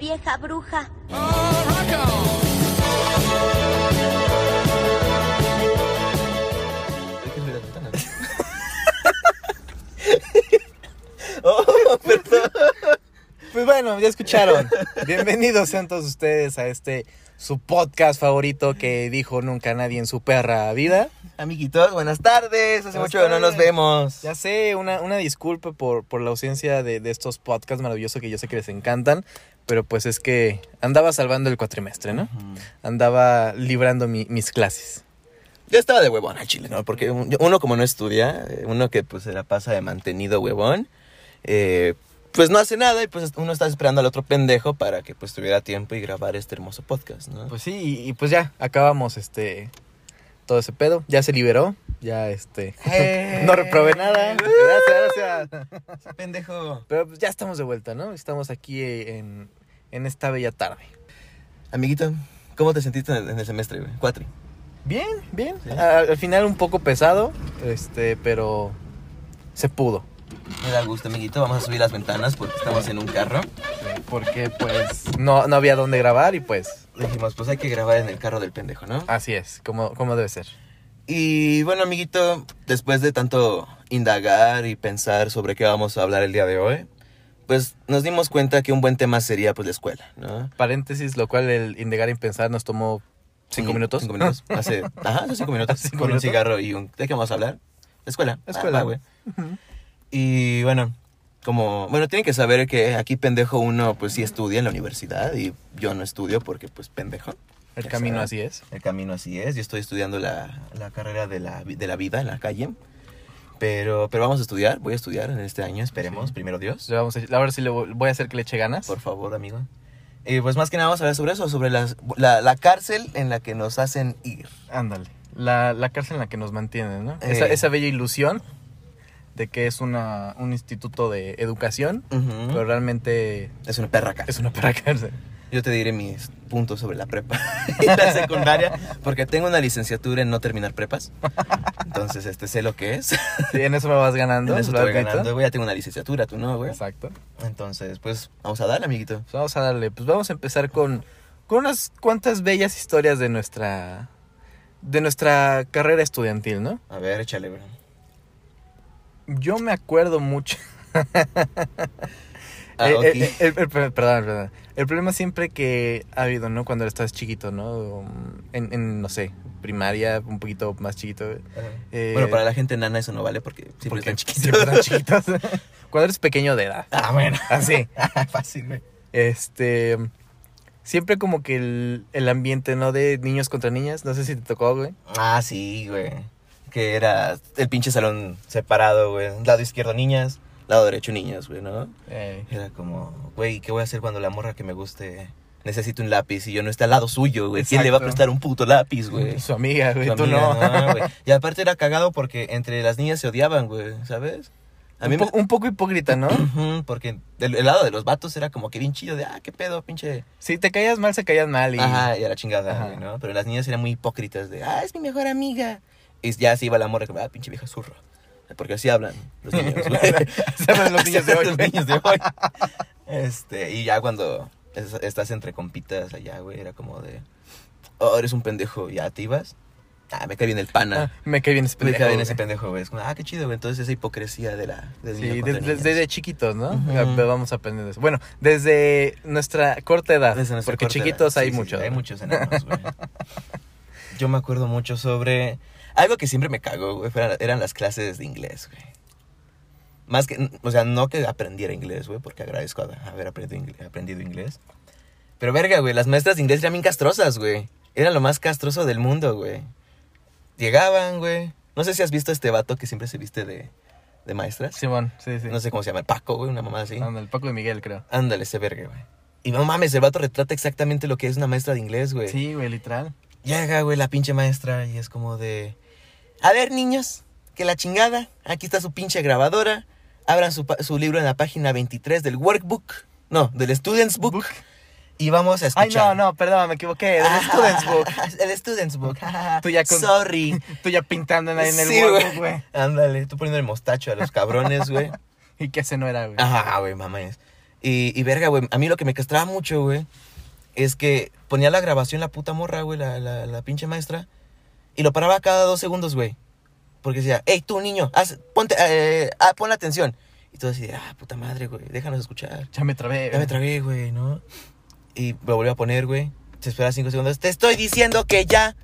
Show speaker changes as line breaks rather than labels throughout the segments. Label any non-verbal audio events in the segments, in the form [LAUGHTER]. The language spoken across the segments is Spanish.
vieja bruja.
Hay que abrir la ventana. oh, perdón.
Pues bueno, ya escucharon. Bienvenidos sean todos ustedes a este su podcast favorito que dijo nunca nadie en su perra vida.
Amiguitos, buenas tardes. Hace
Buenas
mucho que no nos
tardes.
vemos.
Ya sé, una, una disculpa por, por la ausencia de, de estos podcasts maravillosos que yo sé que les encantan, pero pues es que andaba salvando el cuatrimestre, ¿no?
Ujú.
Andaba librando mi- mis clases.
Yo estaba de huevón al chile, ¿no? Porque un- uno como no estudia, eh, uno que pues se la pasa de mantenido huevón, eh, pues no hace nada y pues uno está esperando al otro pendejo para que pues tuviera tiempo y grabar este hermoso podcast, ¿no?
Pues sí, y, y pues ya, acabamos este todo ese pedo, ya se liberó, ya este [LAUGHS]
¡Eh!
no reprobé nada. Gracias, gracias.
pendejo.
Pero pues ya estamos de vuelta, ¿no? Estamos aquí eh, en, en esta bella tarde.
Amiguito, ¿cómo te sentiste en el, en el semestre, güey? Cuatri.
Bien, bien.
Sí.
A- Al, final un poco pesado, este, pero se pudo.
Me da gusto, amiguito. Vamos a subir las ventanas porque estamos en un carro.
Porque pues no, no había dónde grabar y pues
Dijimos, pues hay que grabar en el carro del pendejo, ¿no?
así es, como, como debe ser.
Y bueno, amiguito, después de tanto indagar y pensar sobre qué vamos a hablar el día de hoy, pues nos dimos cuenta que un buen tema sería pues la escuela, ¿no?
Paréntesis, lo cual el indagar y pensar nos tomó cinco
Un-
minutos.
Cinco minutos. [LAUGHS] Hace, ajá, hace [LAUGHS] cinco minutos.
Cinco
con
minutos.
un cigarro y un... ¿De qué vamos a hablar? La escuela.
Escuela.
Ah, va, güey.
Ujú.
Y bueno, como... Bueno, tienen que saber que aquí pendejo uno pues sí estudia en la universidad y yo no estudio porque pues pendejo.
[LAUGHS] El
Ya
camino
saben.
así es.
El camino así es. Yo estoy estudiando la, la carrera de la, vi- de la vida en la calle. Pero, pero vamos a estudiar, voy a estudiar en este año, esperemos, primero Dios.
Pues Le vamos a, ahora sí le voy voy a hacer que le eche ganas.
Por favor, amigo. Y pues más que nada vamos a hablar sobre eso, sobre las- la, la cárcel en la que nos hacen ir.
Ándale. La, la cárcel en la que nos mantienen, ¿no? Esa,
Eh.
esa bella ilusión de que es una, un instituto de educación, pero realmente
Es una perra cárcel.
es una para
[LAUGHS]
cárcel.
Yo te diré mis puntos sobre la prepa [LAUGHS] y la secundaria, porque tengo una licenciatura en no terminar prepas. Entonces, este, sé lo
[LAUGHS]
que es.
Sí, en eso me vas ganando.
En eso
lo
estoy
admito.
ganando, güey. Ya tengo una licenciatura, tú no, güey.
Exacto.
Entonces, pues, vamos a darle, amiguito.
Pues vamos a darle, pues vamos a empezar con, con unas cuantas bellas historias de nuestra de nuestra carrera estudiantil, ¿no?
A ver, échale, güey.
Yo me acuerdo mucho.
Ah,
Eh,
ok.
eh, el, el- perdón, perdón. El problema siempre que ha habido, ¿no? Cuando estás chiquito, ¿no? En, en, no sé, primaria, un poquito más chiquito. Eh,
bueno, para la gente nana eso no vale porque siempre
porque
están
siempre
chiquitos.
están chiquitos. [LAUGHS] Cuando eres pequeño de edad.
[LAUGHS]
[LAUGHS]
Ah, bueno.
Así.
Fácil, güey.
Este. Siempre como que el, el ambiente, ¿no? De niños contra niñas. No sé si te tocó, güey.
Ah, sí, güey. Que era el pinche salón separado, güey. Lado izquierdo niñas, lado derecho niñas, güey, ¿no? Era como, güey, ¿qué voy a hacer cuando la morra que me guste necesite un lápiz y yo no esté al lado suyo, güey? ¿Quién le va a
Exacto.
prestar un puto lápiz, güey?
Su amiga, güey.
Tu
Tú
amiga,
no. [LAUGHS]
güey. Y aparte era cagado porque entre las niñas se odiaban, güey, ¿sabes? A mí
[LAUGHS] un,
me-
po- un poco hipócrita,
[CLEARS THROAT]
¿no?
Ujú, Porque el, el lado de los vatos era como que bien chido de, ah, qué pedo, pinche.
Si te caías mal, se caían mal. Y...
Ajá, y a la chingada,
Ajá.
güey, ¿no? Pero las niñas eran muy hipócritas de, ah, es mi mejor amiga. Y ya se iba la morra como, ah, pinche vieja zurra. Porque así hablan los niños, güey.
[LAUGHS] Así hablan los niños de hoy,
Los
güey.
niños de hoy. Este, y ya cuando es- estás entre compitas allá, güey, era como de, oh, eres un pendejo, ya te ibas. Ah, me cae bien el
Ah,
pana.
me cae bien ese
me
pendejo,
cae bien ese
güey.
pendejo, güey. Es como, ah, qué chido, güey. Entonces esa hipocresía de la. del niño
Sí,
contra
desde,
niñas.
desde chiquitos, ¿no? Ah,
Ujú.
Pero Vamos aprendiendo eso. Bueno, desde nuestra corta edad.
Desde nuestra
Ah, porque
corta edad.
chiquitos
Sí,
hay
sí, sí,
muchos.
hay
¿no?
muchos enanos, güey. Yo me acuerdo mucho sobre. Algo que siempre me cagó, güey, fueran- eran las clases de inglés, güey. Más que. O sea, no que aprendiera inglés, güey, porque agradezco a- haber aprendido inglés, aprendido inglés. Pero verga, güey, las maestras de inglés eran bien castrosas, güey. Eran lo más castroso del mundo, güey. Llegaban, güey. No sé si has visto este vato que siempre se viste de, de maestras.
Simón, sí, sí. Ah,
No sé cómo se llama, Paco, güey, una mamá así.
Anda, el Paco de Miguel, creo.
Ándale, ese verga, güey. Y no mames, el vato retrata exactamente lo que es una maestra de inglés, güey.
Sí, güey, literal.
Llega, güey, la pinche maestra y es como de... A ver, niños, que la chingada. Aquí está su pinche grabadora. Abran su, pa- su libro en la página 23 del workbook. No, del students book.
Book.
Y vamos a escuchar.
Ay, no, no, perdón, me equivoqué.
[LAUGHS]
Del
Ah.
Students Book. [LAUGHS]
el students book.
Tú ya con-
Sorry.
Tú ya pintando [LAUGHS] en, en el
Sí,
workbook, güey. [LAUGHS]
Ándale, tú poniendo el mostacho a los cabrones, güey.
Y que ese no era, güey.
Ajá, ah, güey, mames. Y, y verga, güey, a mí lo que me castraba mucho, güey, es que ponía la grabación la puta morra, güey, la, la, la pinche maestra, y lo paraba cada dos segundos, güey. Porque decía, hey, tú, niño, haz- ponte, eh, ah, pon la atención. Y todo así, de, ah, puta madre, güey, déjanos escuchar.
Ya me trabé.
Ya me tragué, güey, ¿no? Y lo volvió a poner, güey. Se espera cinco segundos. Te estoy diciendo que ya.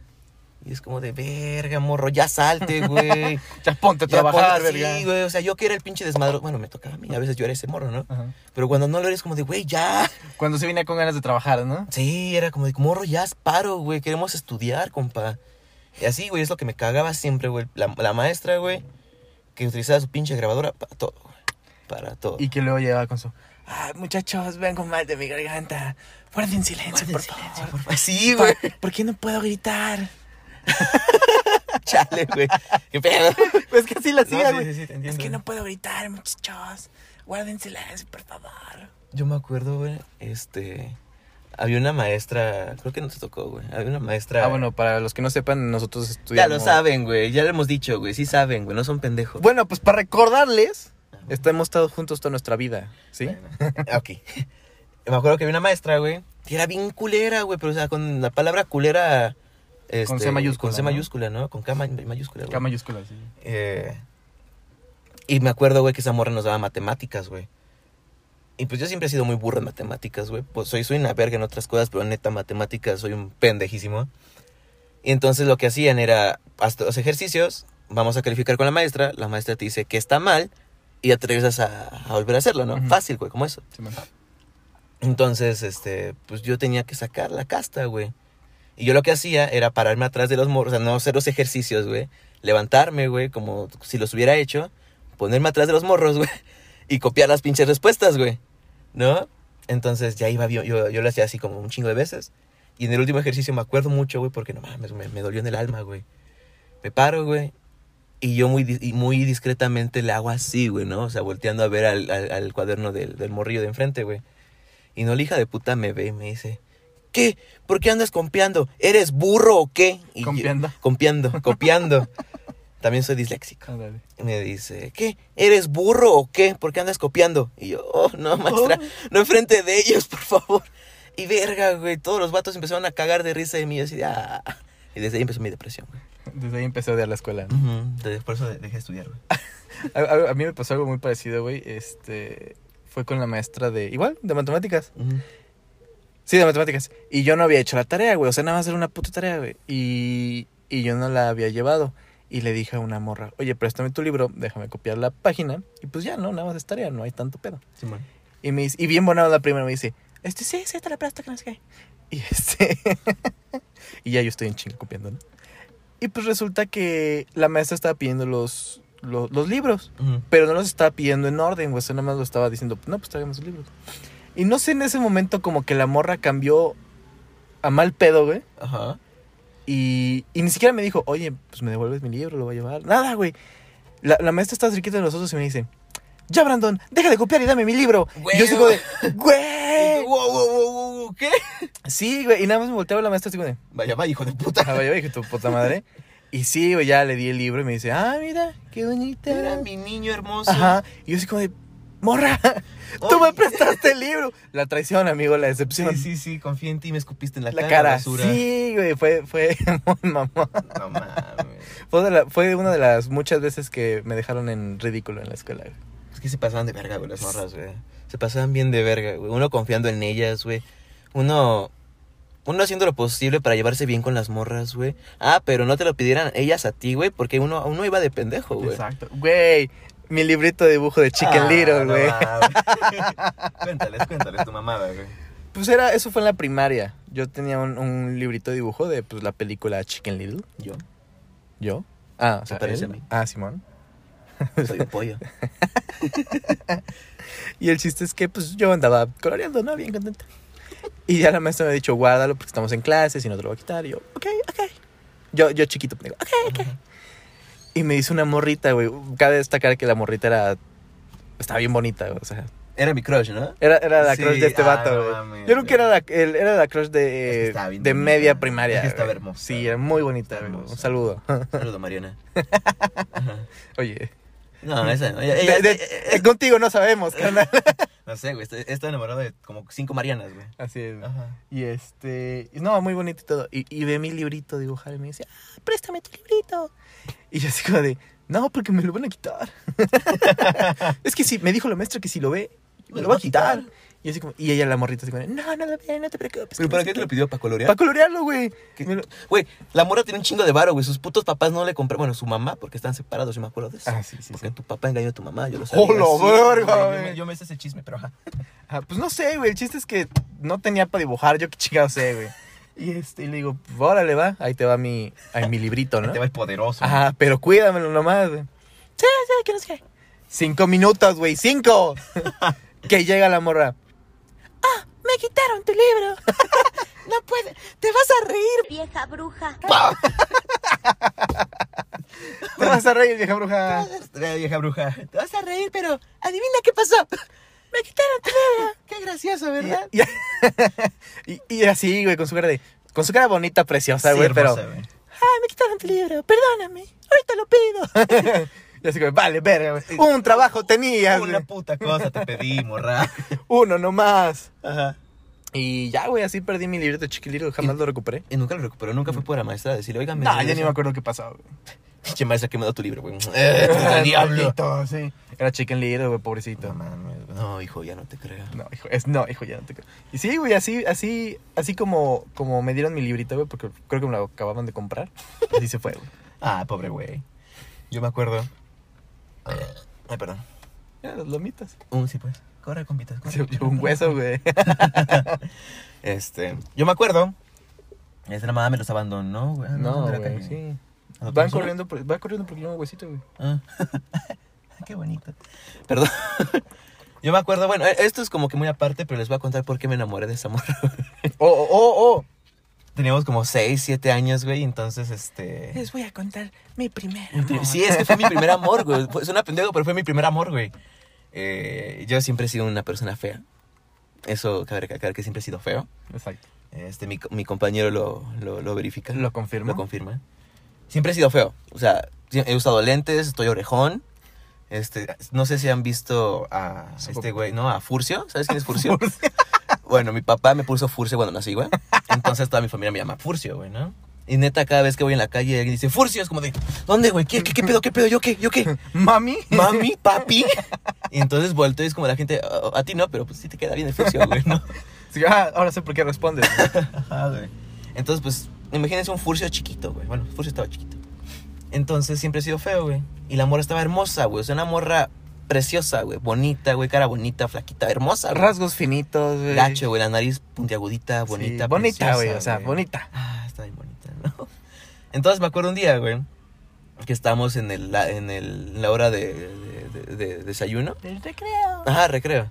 Y es como de verga, morro, ya salte, güey.
Ya ponte a
Ya
trabajar,
ponte-
verga.
Sí, güey. O sea, yo que era el pinche desmadro. Bueno, me tocaba a mí. A veces yo era ese morro, ¿no?
Ajá.
Pero cuando no lo eres, como de, güey, ya.
Cuando se venía con ganas de trabajar, ¿no?
Sí, era como de, morro, ya paro, güey. Queremos estudiar, compa. Y así, güey, es lo que me cagaba siempre, güey. La, la maestra, güey, que utilizaba su pinche grabadora para todo, güey. Para todo.
Y que luego llegaba con su. Ah, muchachos, vengo mal de mi garganta. Guarden silencio, por favor.
Sí,
[LAUGHS]
güey.
¿Por- ¿Por qué no puedo gritar?
Chale, güey.
[LAUGHS]
Qué pedo.
Es que así la
No,
Pues, hacía,
sí,
güey.
sí, sí, te entiendo,
es que
güey.
no puedo gritar, muchachos. Guarden silencio, por favor.
Yo me acuerdo, güey, este... Había una maestra, creo que no te tocó, güey. Había una maestra...
Ah, bueno, para los que no sepan, nosotros
Ya
estudiamos.
lo saben, güey. Ya lo hemos dicho, güey. Sí saben, güey. No son pendejos.
Bueno, pues para recordarles, est- hemos estado juntos toda nuestra vida, ¿sí?
[LAUGHS] ok. Me acuerdo que había una maestra, güey, que era bien culera, güey. Pero, o sea, con la palabra culera... este,
C mayúscula,
Con C
¿no?
mayúscula, ¿no? Con K ma- mayúscula, güey.
mayúscula, sí.
Eh, y me acuerdo, güey, que esa morra nos daba matemáticas, güey. Y pues yo siempre he sido muy burro en matemáticas, güey. Pues soy, soy una verga en otras cosas, pero neta, matemáticas soy un pendejísimo. Y entonces lo que hacían era, haz los ejercicios, vamos a calificar con la maestra, la maestra te dice que está mal y ya te regresas a, a volver a hacerlo, ¿no?
Ujú.
Fácil, güey, como eso.
sí man.
Entonces, este, pues yo tenía que sacar la casta, güey. Y yo lo que hacía era pararme atrás de los morros, o sea, no hacer los ejercicios, güey. Levantarme, güey, como si los hubiera hecho. Ponerme atrás de los morros, [LAUGHS] güey. Y copiar las pinches respuestas, güey. ¿No? Entonces ya iba, yo, yo, yo lo hacía así como un chingo de veces. Y en el último ejercicio me acuerdo mucho, güey, porque no mames, me, me dolió en el alma, güey. Me paro, güey. Y yo muy, dis- y muy discretamente le hago así, güey, ¿no? O sea, volteando a ver al, al- al cuaderno del, del morrillo de enfrente, güey. Y no la hija de puta me ve y me dice, ¿qué? ¿Por qué andas compiando? ¿Eres burro o qué? Y yo-
Compiando.
compiando, copiando. También soy disléxico.
Ándale.
Y me dice, ¿qué? ¿Eres burro o qué? ¿Por qué andas copiando? Y yo, oh, no, maestra, no enfrente de ellos, por favor. Y verga, güey, todos los vatos empezaron a cagar de risa de mí. Y, así, ah. y desde ahí empezó mi depresión, güey.
Desde ahí empecé a odiar la escuela. ¿no?
Entonces, por eso de- dejé de estudiar, güey.
A, a- a mí me pasó algo muy parecido, güey. Este, fue con la maestra de, igual, de matemáticas.
Ujú.
Sí, de matemáticas. Y yo no había hecho la tarea, güey. O sea, nada más era una puta tarea, güey. Y, y yo no la había llevado. Y le dije a una morra, oye, préstame tu libro, déjame copiar la página. Y pues ya, ¿no? Nada más es tarea, no hay tanto pedo.
Simón.
Y me dice, y bien buena la primera me dice, este, sí, sí, te la presto, que no sé qué. Y este, [LAUGHS] y ya yo estoy en chinga copiando, ¿no? Y pues resulta que la maestra estaba pidiendo los, los, los libros,
Ujú.
pero no los estaba pidiendo en orden, güey. O sea, nada más lo estaba diciendo, no, pues traigamos los libros. Y no sé, en ese momento como que la morra cambió a mal pedo, güey.
Ajá.
Y, y ni siquiera me dijo, oye, pues me devuelves mi libro, lo voy a llevar. Nada, güey. La, la maestra está cerquita de nosotros y me dice, ya, Brandon, deja de copiar y dame mi libro.
Güey.
Y yo sigo de,
Y
güey.
tú, wow, wow, wow, wow, wow, ¿qué?
Sí, güey. Y nada más me volteaba la maestra y de,
Vaya, vaya, hijo de puta.
ah, vaya, dije, tu puta madre. Y sí, güey, ya le di el libro y me dice, ah, mira, qué bonita.
Era mi niño hermoso.
Ajá. Y yo así como de, morra, tú me
Oye.
prestaste el libro. La traición, amigo, la
Sí,
decepción.
sí, sí, confié en ti, me escupiste en la,
La
cara.
cara.
basura.
Sí, güey, fue, fue [LAUGHS] muy mamón.
No mames.
Fue, de la- fue una de las muchas veces que me dejaron en ridículo en la escuela. güey.
Es que se pasaban de verga, güey, las morras, güey. Se pasaban bien de verga, güey. Uno confiando en ellas, güey. Uno. Uno haciendo lo posible para llevarse bien con las morras, güey. Ah, pero no te lo pidieran ellas a ti, güey, porque uno, uno iba de pendejo, güey.
Exacto. Güey, mi librito de dibujo de Chicken
Ah,
Little,
no
güey.
mames. [LAUGHS] cuéntales, cuéntales tu mamada, güey.
Pues era, eso fue en la primaria. Yo tenía un, un librito de dibujo de pues, la película Chicken Little. [LAUGHS]
Yo
¿Yo? Ah, o sea,
parece
él.
a mí.
Ah, Simón.
soy un pollo.
Y el chiste es que pues yo andaba coloreando, ¿no? Bien contenta. Y ya la maestra me ha dicho, guárdalo porque estamos en clases y no te lo voy a quitar. Y yo, ok, ok. Yo, yo chiquito, digo, ok, ok. Y me dice una morrita, güey. Cabe destacar que la morrita era... Estaba bien bonita, güey, o sea.
Era mi crush, ¿no?
Era, era la
Sí,
crush de este
ah, no
vato, güey.
mames,
Yo creo que
güey.
era la, el- era la crush de,
Es que estaba bien
de
bonita.
media primaria.
Es que estaba
güey.
hermosa.
Sí, era muy bonita,
Estaba
güey. Un
hermosa.
saludo.
Saludo, Mariana.
[LAUGHS] Oye,
No, esa no. Ella-
De-
ella-
de-
eh, eh,
contigo no [LAUGHS] sabemos, carnal.
no sé, güey. Estoy, estoy enamorado de como cinco Marianas, güey.
Así es.
Ajá.
Y este, y no, muy bonito y todo. Y, y ve mi librito dibujar y me dice, ah, préstame tu librito. Y yo así como de, no, porque me lo van a quitar. [LAUGHS] es que si, me dijo la maestra que si lo ve, me lo va a quitar. Y yo así como, y ella la morrita así como, de, no, no lo ve, no te preocupes.
¿Pero
que
para
no
qué
sé
te lo pidió? ¿Para colorear?
Para colorearlo, güey.
¿Qué?
Me lo-
Güey, la morra tiene un chingo de varo, güey. Sus putos papás no le compraron. Bueno, su mamá, porque están separados, yo me acuerdo de eso.
Ah, sí, sí,
porque
sí.
tu papá engañó a tu mamá, yo lo sabía.
¡Hola,
Sí,
verga,
güey,
güey!
Yo, me- yo me sé ese chisme, pero ajá.
Ah, pues no sé, güey. El chiste es que no tenía para dibujar, yo qué chingado sé, güey. Y este, y le digo, órale, va, ahí te va mi, ahí mi librito,
Ahí
¿no?
Te va el poderoso.
¿Eh? Ajá, pero cuídamelo nomás, güey. Sí, sí, que no sé qué. Cinco minutos, güey,
[LAUGHS]
cinco. que llega la morra. Ah, me quitaron tu libro. [LAUGHS] no puede, te vas a reír.
vieja bruja.
¡Pah!
Te vas a reír, vieja
[LAUGHS]
bruja.
Eh, vieja bruja. Te vas a reír, pero
Adivina qué pasó. me quitaron tu libro.
qué gracioso, ¿verdad?
Y, [LAUGHS] y- y así, güey, con su cara de. Con su cara bonita, preciosa,
Sí,
güey, pero.
hermosa, güey.
Ay, Ah, me quitaron tu libro, perdóname. Ahorita lo pido.
[LAUGHS]
y así que, vale, verga, güey. Un trabajo tenías,
Una
güey.
puta cosa te
[LAUGHS]
pedí, morra.
uno nomás.
Ajá.
Y ya, güey, así perdí mi librito chiquilito, jamás
Y-
lo recuperé.
Y nunca lo recuperó, nunca fue por la maestra a decirle, oiga, me.
No, ya ni Ah, me acuerdo qué pasó, [LAUGHS] güey.
Che, maestra, que me da tu libro, güey.
[LAUGHS]
Eh, [LAUGHS] al diablo.
Maldito, sí. Era Chicken Little, güey, pobrecito.
No, mames, güey. No, hijo, ya no te creo.
No, hijo, es, no, hijo, ya no te creo. Y sí, güey, así, así, así como, como me dieron mi librito, güey, porque creo que me lo acababan de comprar. pues Así se fue, güey.
Ah, pobre güey. Yo me acuerdo. Ay, perdón.
Mira, las lomitas. [LAUGHS]
Un sí, pues. Corre, compitas. corre.
Se llevó un hueso, güey.
Este. Yo me acuerdo. Esa mamá me los abandonó, güey. Ah,
No,
son de la
güey,
calle.
sí.
Adoptamos
Van
una.
corriendo, por, va corriendo porque lleva un huesito, güey.
Ah. [LAUGHS] qué bonito. Perdón. [LAUGHS] Yo me acuerdo, bueno, eh, esto es como que muy aparte, pero les voy a contar por qué me enamoré de esa morra.
[LAUGHS]
[LAUGHS]
Oh, oh, oh, oh.
Teníamos como 6, 7 años, güey, entonces este.
voy a contar mi primera.
Mi pri- Sí, es que fue mi primer amor, güey. [LAUGHS] Fue- Suena pendejo, pero fue mi primer amor, güey. Eh, yo siempre he sido una persona fea. Eso cabe recalcar que siempre he sido feo.
Exacto.
Este, mi, co- mi compañero lo, lo, lo verifica.
¿Lo confirmo?
Lo confirma. Siempre he sido feo. O sea, sí, he usado lentes, estoy orejón. Este, no sé si han visto a este güey, ¿no? A Furcio. ¿Sabes [LAUGHS] quién es Furcio?
[LAUGHS]
Bueno, mi papá me puso Furcio cuando nací, güey. Entonces toda mi familia me llama Furcio, güey, ¿no? Y neta, cada vez que voy en la calle, alguien dice, Furcio, es como de, ¿dónde, güey? ¿Qué, qué, qué pedo? ¿Qué pedo? ¿Yo qué? ¿Yo qué?
Mami.
¿Mami? ¿Papi? Y entonces vuelto y es como la gente, "A- a ti no, pero pues sí te queda bien el Furcio, güey, ¿no?
Sí, ah, ahora sé por qué respondes.
[LAUGHS] Ajá, güey. Entonces, pues, imagínense un furcio chiquito, güey. Bueno, furcio estaba chiquito. Entonces, siempre he sido feo, güey. Y la morra estaba hermosa, güey. O sea, una morra preciosa, güey. Bonita, güey. Cara bonita, flaquita, hermosa,
[LAUGHS]
güey.
Rasgos finitos, güey.
Gacho, güey. La nariz puntiagudita,
Sí,
bonita.
bonita,
preciosa,
güey. O sea, bonita.
Ah, está bien bonita, ¿no? [LAUGHS] Entonces, me acuerdo un día, güey, que estábamos en, el, la- en, el, en la hora de- de- de- de desayuno.
Del recreo.
Ajá, recreo.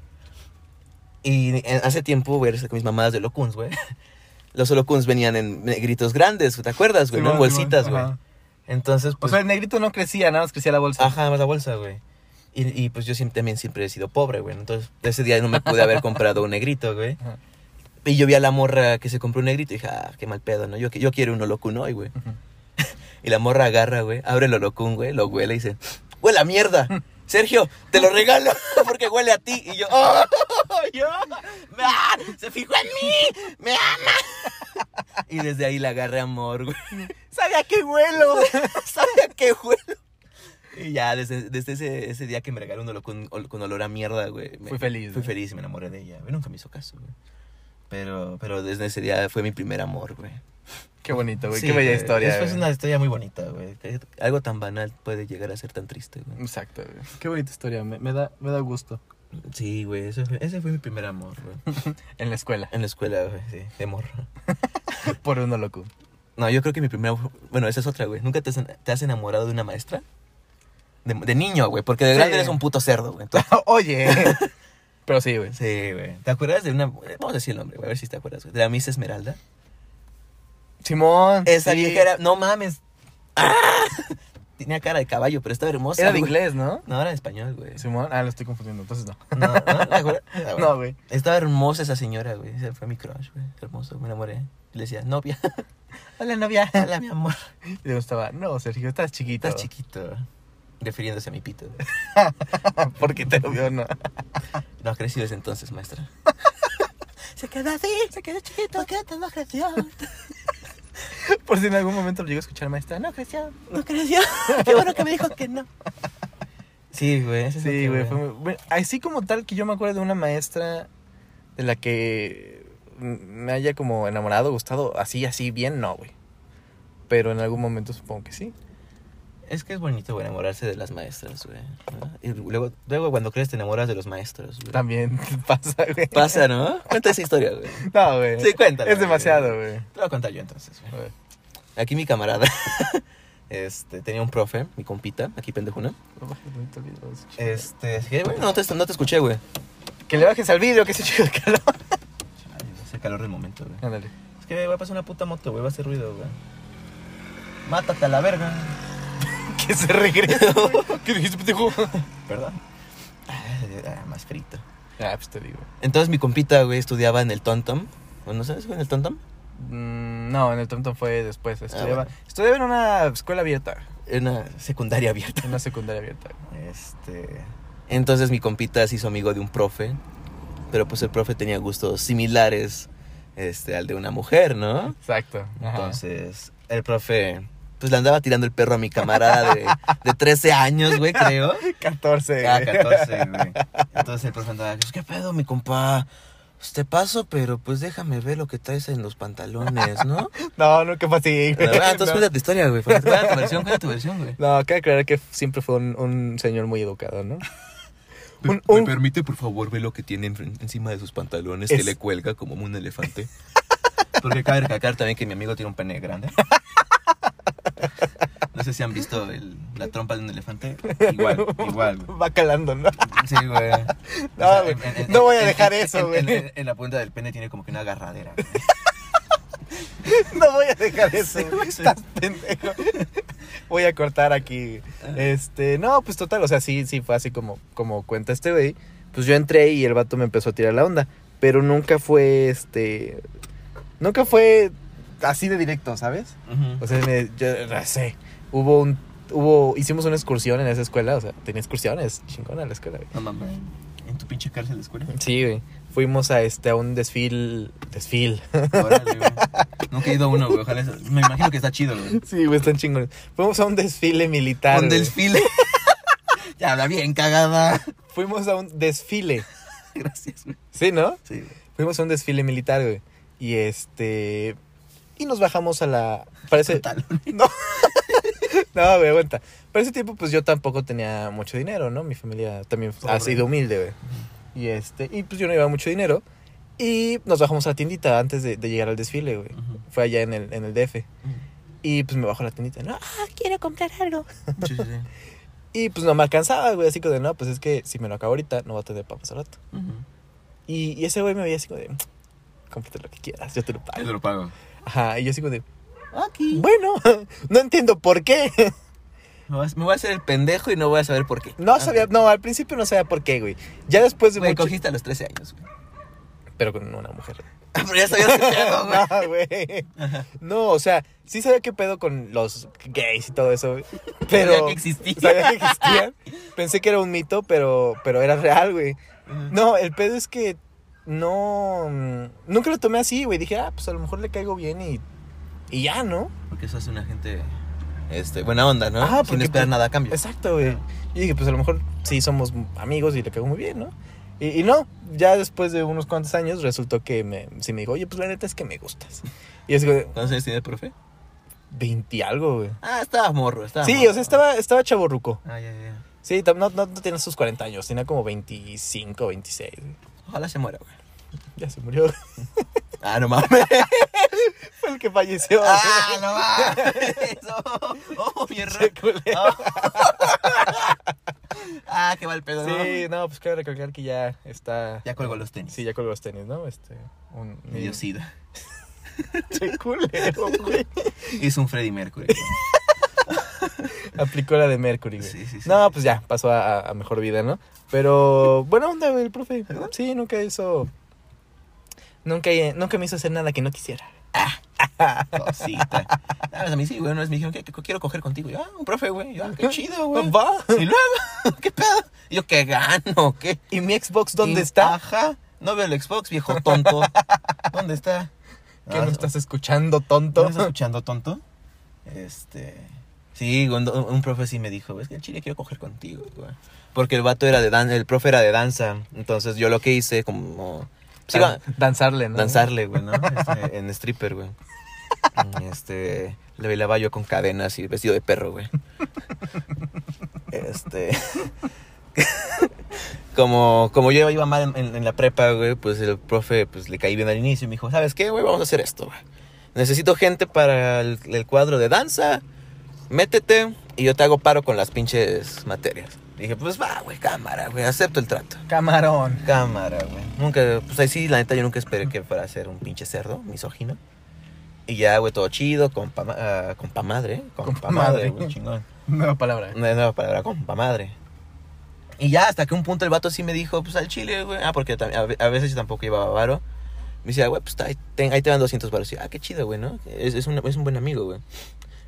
Y en- hace tiempo, güey, con mis mamadas de locuns, güey. [LAUGHS] Los locuns venían en gritos grandes, ¿te acuerdas, güey? no? en bolsitas, güey. Entonces,
O
pues.
sea, el negrito no crecía, nada más crecía la bolsa.
ajá, más la bolsa, güey. Y, y, pues yo siempre, también siempre he sido pobre, güey. Entonces, ese día no me pude haber comprado un negrito, güey.
[LAUGHS] Ajá.
Y yo vi a la morra que se compró un negrito y dije, ah, qué mal pedo, ¿no? Yo, yo quiero un holocun hoy, güey.
Ujú.
[LAUGHS] Y la morra agarra, güey, abre el holocún, güey, lo huele y dice, huele
[LAUGHS]
a mierda. Sergio, te lo regalo [LAUGHS] porque huele a ti. Y yo, "Oh, yo, ah, se fijó en mí, me ama. Y desde ahí la agarré amor, güey.
Sabía que vuelo.
Sabía que huele. Y ya, desde, desde ese, ese día que me regaló un holocún ol- con olor a mierda, güey. me-
Fui feliz,
Fui
¿no?
feliz y me enamoré de ella. güey. Nunca me hizo caso, güey. Pero, pero desde ese día fue mi primer amor, güey.
Qué bonito, güey.
Sí,
qué bella
güey.
historia.
Es, es
güey.
una historia muy bonita, güey. Que Algo tan banal puede llegar a ser tan triste, güey.
Exacto, güey. Qué bonita historia. Me, me da, me da gusto.
Sí, güey. Ese fue, ese fue mi primer amor, güey.
En la escuela. [LAUGHS]
En la escuela, güey, sí, de morro.
Por uno loco. [LAUGHS]
No, yo creo que mi primer. Bueno, esa es otra, güey. ¿Nunca te has, te has enamorado de una maestra? De, de niño, güey. Porque de
Sí.
grande eres un puto cerdo, güey. Entonces-
[LAUGHS] Oye. Pero sí, güey.
[LAUGHS] sí, güey. ¿Te acuerdas de una. Vamos a decir el nombre, güey. A ver si te acuerdas, güey. De la Miss Esmeralda.
Simón.
Esa
sí.
vieja era. No mames. [LAUGHS] ¡Ah! Tenía cara de caballo, pero estaba hermosa.
Era de
güey.
inglés, ¿no?
No, era de español, güey.
Simón. Ah, lo estoy confundiendo. Entonces no.
No, no, ¿te [LAUGHS] acuerdas? Ah,
[LAUGHS]
bueno.
No, güey.
Estaba hermosa esa señora, güey. Ese fue mi crush, güey. Hermoso, me enamoré. Y le decía, novia. [LAUGHS]
Hola, novia.
Hola, mi amor.
Y le gustaba. No, Sergio, estás chiquito.
Estás chiquito. refiriéndose a mi pito.
[LAUGHS] Porque te lo vio, ¿no? [LAUGHS]
No ha crecido desde entonces, maestra. se quedó así, se quedó chiquito. ¿Por qué antes no creció?
Por si en algún momento lo llego a escuchar, maestra. No, creció.
[LAUGHS] No creció. [LAUGHS] Qué bueno que me dijo que no. Sí, güey. ese es lo
Sí,
que,
güey. fue muy- bueno, así como tal que yo me acuerdo de una maestra de la que me haya como enamorado, gustado, así, así, bien, no, güey. Pero en algún momento supongo que sí.
Es que es bonito, güey, enamorarse de las maestras, güey. ¿no? Y luego, luego cuando crees te enamoras de los maestros, güey.
También [LAUGHS] pasa, güey.
Pasa, ¿no? Cuenta esa historia, [LAUGHS] güey.
No, güey.
Sí, cuéntalo,
Es
güey.
demasiado, güey.
Te lo voy a contar yo entonces, güey. Aquí mi camarada, [LAUGHS] este, tenía un profe, mi compita, aquí pendejuna. Este, así que, güey, no te, no te escuché, güey.
Eh, Que le bajes al vídeo, que se chico el calor.
[LAUGHS] Hace calor del momento, güey.
Ándale.
Es que, güey, va a pasar una puta moto, güey, va a hacer ruido, güey. Mátate a la verga.
Que se regrese.
[LAUGHS]
¿Qué dijiste, pendejo?
¿Verdad? Ah, más frito.
[LAUGHS] Ah, pues te digo.
Entonces mi compita, güey, estudiaba en el Tontom. ¿No sabes, güey, en el Tontom?
Mm, no, en el Tom Tom fue después. Estudiaba,
Ah, bueno.
estudiaba en una escuela abierta,
En una secundaria abierta.
en una secundaria abierta.
Este. Entonces mi compita se hizo amigo de un profe. Pero pues el profe tenía gustos similares este, al de una mujer, ¿no?
Exacto. ajá.
Entonces, el profe. Pues le andaba tirando el perro a mi camarada de, de 13 años, güey, creo.
14.
[LAUGHS] Ah,
güey.
14, güey. Entonces el profe andaba, pues, ¿qué pedo, mi compa? Pues te paso, pero pues déjame ver lo que traes en los pantalones, ¿no?
[LAUGHS] No, nunca fue así. güey.
[LAUGHS] Ah, entonces
no.
cuenta tu historia, güey. porque- Cuenta tu versión, cuenta tu versión, güey.
No, cabe aclarar que siempre fue un, un señor muy educado, ¿no?
¿Me-
Un-
¿Me
un-
permite, por favor, ver lo que tiene enfren- encima de sus pantalones que
Es-
le cuelga como un elefante? [LAUGHS] Porque cabe recalcar también que mi amigo tiene un pene [LAUGHS] grande. No sé si han visto el- la trompa de un [LAUGHS] elefante. Igual, igual, güey.
[LAUGHS] Va calando, ¿no? [LAUGHS]
Sí, güey. O
No,
sea,
güey,
en- en- en-
no voy a
en-
dejar
en-
eso,
en-
güey.
En, en- en la punta del pene tiene como que una agarradera. güey.
No voy a dejar eso.
Sí,
[LAUGHS]
güey.
Estás pendejo. Voy a cortar aquí. Este, no, pues total, o sea, sí, sí fue así como, como cuenta este güey. Pues yo entré y el vato me empezó a tirar la onda. Pero nunca fue, este, nunca fue así de directo, ¿sabes?
Ujú.
O sea, me- yo no sé. Hubo un, hubo, hicimos una excursión en esa escuela, o sea, tenía excursiones, chingona la escuela, güey.
No mames. En tu pinche cárcel de escuela.
Sí, güey. Fuimos a este, a un desfile, desfile.
Órale, güey. Nunca he ido a uno, güey. Ojalá. es- Me imagino que está chido, güey.
[LAUGHS] Sí, güey, están chingones. Fuimos a un desfile militar.
Con
güey.
desfile. [LAUGHS] ya habla bien cagada. [LAUGHS]
Fuimos a un desfile.
Gracias, güey.
Sí, ¿no?
Sí, güey.
Fuimos a un desfile militar, güey. Y este. Y nos bajamos a la. Parece.
Pantalón.
No, güey, aguanta. Para ese tiempo, pues yo tampoco tenía mucho dinero, ¿no? Mi familia también ha
Pobre.
sido humilde, güey. Y este. Y pues yo no llevaba mucho dinero. Y nos bajamos a la tiendita antes de, de llegar al desfile, güey. Fue allá en el, en el DF. Y pues me bajo a la tiendita, ¿no? Ah, quiero comprar algo.
Sí, sí, sí.
Y pues no me alcanzaba, güey. Así como de, no, pues es que si me lo acabo ahorita, no va a tener papas al rato. Y, y ese güey me veía así como de, "Mm, cómprate lo que quieras, yo te lo
Ahí
pago.
te lo pago.
Ajá, y yo así como de,
Aquí.
bueno, [LAUGHS] no entiendo por qué. [LAUGHS]
Me voy a- me voy a hacer el pendejo y no voy a saber por qué.
No sabía, no, al principio no sabía por qué, güey. Ya después de
Me
mucho...
cogiste a los 13 años, güey.
Pero con una mujer.
Ah, Pero ya sabías que [LAUGHS] pedo, güey.
No, güey. No, o sea, sí sabía qué pedo con los gays y todo eso, güey. Pero...
Sabía que existía.
Sabía que existían. Pensé que era un mito, pero, pero era real, güey.
Ujú.
No, el pedo es que no... mm, Nunca lo tomé así, güey. Dije, ah, pues a lo mejor le caigo bien y... Y ya, ¿no?
Porque eso hace una gente. Este, buena onda, ¿no?
Ah,
Sin
porque
esperar
tú-
nada a cambio.
Exacto, güey. Y dije, pues a lo mejor sí somos amigos y le cago muy bien, ¿no? Y, y no, ya después de unos cuantos años resultó que me, sí me dijo, oye, pues la neta es que me gustas. Y es que,
¿Cuántos años tiene el profe?
20 y algo, güey.
Ah, estaba morro, estaba.
Sí,
morro.
o sea, estaba, estaba chaborruco.
Ah, ya, ya. ya.
Sí, tam- no, no, no tenía sus 40 años, tenía como 25, 26. güey.
Ojalá se muera, güey.
Ya se murió. [LAUGHS]
Ah, no mames. [LAUGHS]
Fue el que falleció. güey.
ah, no mames. [LAUGHS] Oh, oh, mi
[LAUGHS]
error.
Qué culero.
Oh. ah, qué mal pedo. ¿no?
Sí, no, pues cabe recalcar que ya está...
Ya colgó los tenis.
Sí, ya colgó los tenis, ¿no? Este, un...
Me dio sida.
[LAUGHS] Qué culero, güey.
Hizo un Freddy Mercury. [LAUGHS]
Aplicó la de Mercury, güey.
Sí, sí, sí.
No, pues ya, pasó a, a mejor vida, ¿no? Pero buena onda, güey, el profe. Sí, nunca hizo... Nunca, nunca me hizo hacer nada que no quisiera.
Cosita. Ah, pues a mí sí, güey. Una vez me dijeron que, que quiero coger contigo. Y yo, ah, un profe, güey. Yo, ah, qué
Ajá.
chido, güey.
Va.
[LAUGHS] Y luego, [LAUGHS] ¿qué pedo? Y yo, ¿qué gano? ¿Qué?
¿Y mi Xbox
Y-
dónde está?
Ajá. No veo el Xbox, viejo tonto. ¿Dónde está?
¿Qué
Ah,
no estás escuchando,
¿No
tonto?
me
[LAUGHS]
estás escuchando, tonto? Este. Sí, un, un profe sí me dijo, es que en Chile quiero coger contigo, güey. Porque el vato era de dan el profe era de danza. Entonces yo lo que hice, como. pues, iba-
danzarle, ¿no?
danzarle, güey, ¿no? Este, en stripper, güey. Este. Le bailaba yo con cadenas y vestido de perro, güey. Este. [LAUGHS] Como, como yo iba mal en, en- en la prepa, güey, pues el profe pues, le caí bien al inicio y me dijo, ¿sabes qué, güey? Vamos a hacer esto, güey. Necesito gente para el, el cuadro de danza. Métete y yo te hago paro con las pinches materias. Dije, pues va, güey, cámara, güey, acepto el trato.
Camarón.
Cámara, güey. Nunca, pues ahí sí, la neta, yo nunca esperé que fuera a ser un pinche cerdo, misógino. Y ya, güey, todo chido, compa, ma- ah, compa madre, compa,
Compa madre.
madre, güey, chingón.
Nueva palabra.
Una nueva palabra, compa madre. Y ya, hasta que un punto el vato sí me dijo, pues al chile, güey. Ah, porque tam- a ve- a veces yo tampoco llevaba varo. Me decía, güey, pues ta- ahí, ten- ahí te van 200 varos. Y yo, ah, qué chido, güey, ¿no? Es, es un, es un buen amigo, güey.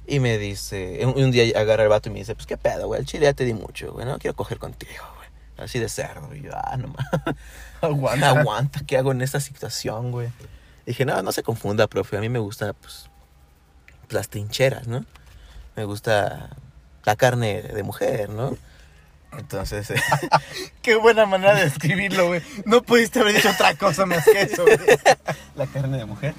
Y me dice, un, un día agarra el vato y me dice, pues qué pedo, güey, al chile ya te di mucho, güey, no quiero coger contigo, güey. Así de cerdo. Y yo, ah, no [LAUGHS] mames.
Aguanta.
Aguanta, ¿qué hago en esta situación, güey? Dije, no, no se confunda, profe. A mí me gusta, pues, las trincheras, ¿no? Me gusta la carne de mujer, ¿no? Entonces, [LAUGHS] eh,
Qué buena manera de escribirlo, güey. No pudiste haber dicho otra cosa más que eso, güey.
la carne de mujer.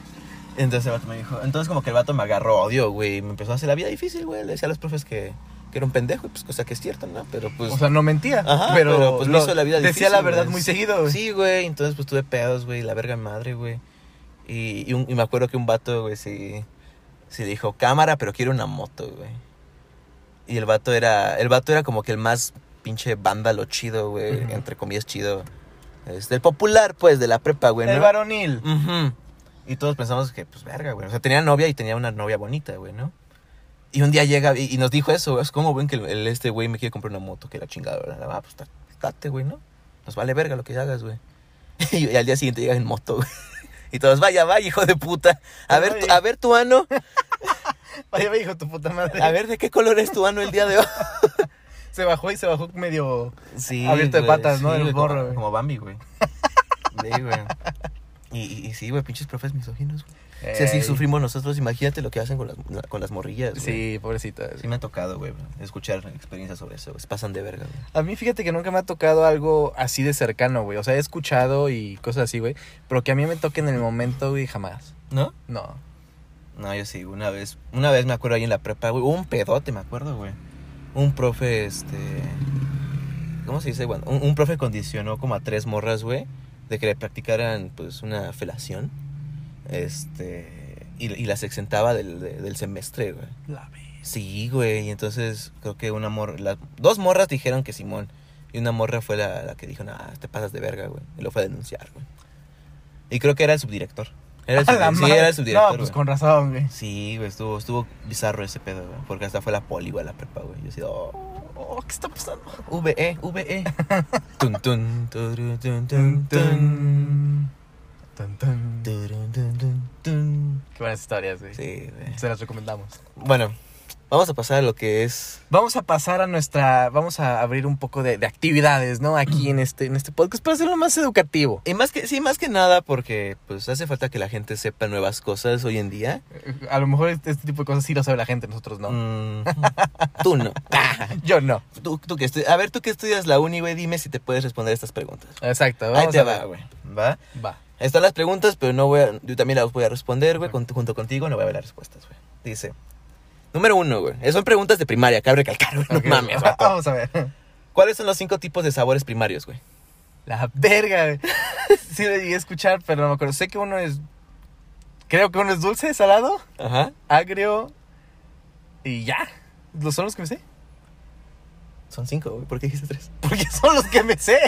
Entonces el vato me dijo, entonces como que el vato me agarró odio, güey. y Me empezó a hacer la vida difícil, güey. Le decía a los profes que, que era un pendejo, y pues cosa que es cierta, ¿no? Pero pues...
O sea, no mentía.
Ajá,
pero,
pero, pues, me
lo-
hizo la vida
Decía
difícil,
la verdad
güey.
muy seguido, güey.
Sí, güey, entonces pues tuve pedos, güey, la verga madre, güey. Y, y un- y me acuerdo que un vato, güey, sí, sí dijo, cámara, pero quiero una moto, güey. Y el vato era, el vato era como que el más pinche vándalo chido, güey,
Ujú.
entre comillas chido. Este, el popular, pues, de la prepa, güey.
El
¿no?
varonil.
Ujú. Y todos pensamos que, pues, verga, güey. O sea, tenía novia y tenía una novia bonita, güey, ¿no? Y un día llega y, y nos dijo eso, güey. Es como, ven, que el, el- este güey me quiere comprar una moto, que la chingada, ¿verdad? Ah, pues, ta- date, güey, ¿no? Nos vale verga lo que hagas, güey. [LAUGHS] Y, y al día siguiente llega en moto, güey. [LAUGHS] Y todos, vaya, vaya, hijo de puta. A ver, tu- a ver tu ano.
Vaya, hijo, tu puta madre.
A ver de qué color es tu ano el día de hoy.
Se bajó y se bajó medio.
[LAUGHS] Sí.
Abierto de
güey,
patas, ¿no? El
güey, como-
morro, güey.
Como, Bambi, güey. [LAUGHS] Sí, güey. Y, y- y sí, güey, pinches profes misóginos, güey. Si así
Ey.
sufrimos nosotros, imagínate lo que hacen con las, con las morrillas, güey.
Sí, pobrecita.
Sí me ha tocado, güey, escuchar experiencias sobre eso. güey. Se pasan de verga, güey.
A mí fíjate que nunca me ha tocado algo así de cercano, güey. O sea, he escuchado y cosas así, güey. Pero que a mí me toque en el momento, güey, jamás.
¿No?
No.
No, yo sí, una vez, una vez me acuerdo ahí en la prepa, güey, hubo un pedote, me acuerdo, güey. Un profe, este, ¿cómo se dice? Bueno, un, un profe condicionó como a tres morras, güey, de que le practicaran, pues, una felación, este, y, y las exentaba del, de- del semestre, güey.
La vez.
Sí, güey, y entonces creo que una morra, las dos morras dijeron que Simón, y una morra fue la, la que dijo, nah, te pasas de verga, güey, y lo fue a denunciar, güey. Y creo que era el subdirector. Era
[LAUGHS]
el subdirector. Sí, era el subdirector.
No, pues
güey.
con razón, güey.
Sí, güey, estuvo, estuvo bizarro ese pedo, güey, porque hasta fue la poli, güey, a la prepa, güey. Yo he sido,
Oh, ¿qué está pasando?
VE, VE. [LAUGHS] Tun, tun, turu, tun, tun,
Tun,
tun.
tun. Tun, tun.
Turun, tun, tun, tun.
Qué buenas historias, güey.
Sí, güey.
Se las recomendamos.
Bueno, vamos a pasar a lo que es...
Vamos a pasar a nuestra. Vamos a abrir un poco de, de actividades, ¿no? Aquí en este, en este podcast para hacerlo más educativo.
Y más que, sí, más que nada porque pues hace falta que la gente sepa nuevas cosas hoy en día.
A lo mejor este, este tipo de cosas sí lo sabe la gente, nosotros no.
Mm, [LAUGHS] tú no.
[LAUGHS] Yo no.
Tú, tú que estu- a ver, tú que estudias la uni, güey, dime si te puedes responder estas preguntas.
Exacto.
Ahí
vamos
te
a
va,
ver.
güey. ¿Va?
Va.
Están las preguntas, pero no voy a, yo también las voy a responder, güey, con- junto contigo no voy a ver las respuestas, güey. Dice, número uno, güey. eh, Son preguntas de primaria, cabe recalcar, güey. No
Ok,
mames,
va- [LAUGHS]
vato.
Vamos a ver.
¿Cuáles son los cinco tipos de sabores primarios, güey?
La verga, güey. Sí lo llegué a escuchar, pero no me acuerdo. Sé que uno es. Creo que uno es dulce, salado,
Ajá.
agrio. Y ya. ¿Los son los que me sé? [LAUGHS]
Son cinco, güey. ¿Por qué dijiste tres?
Porque son los que me sé.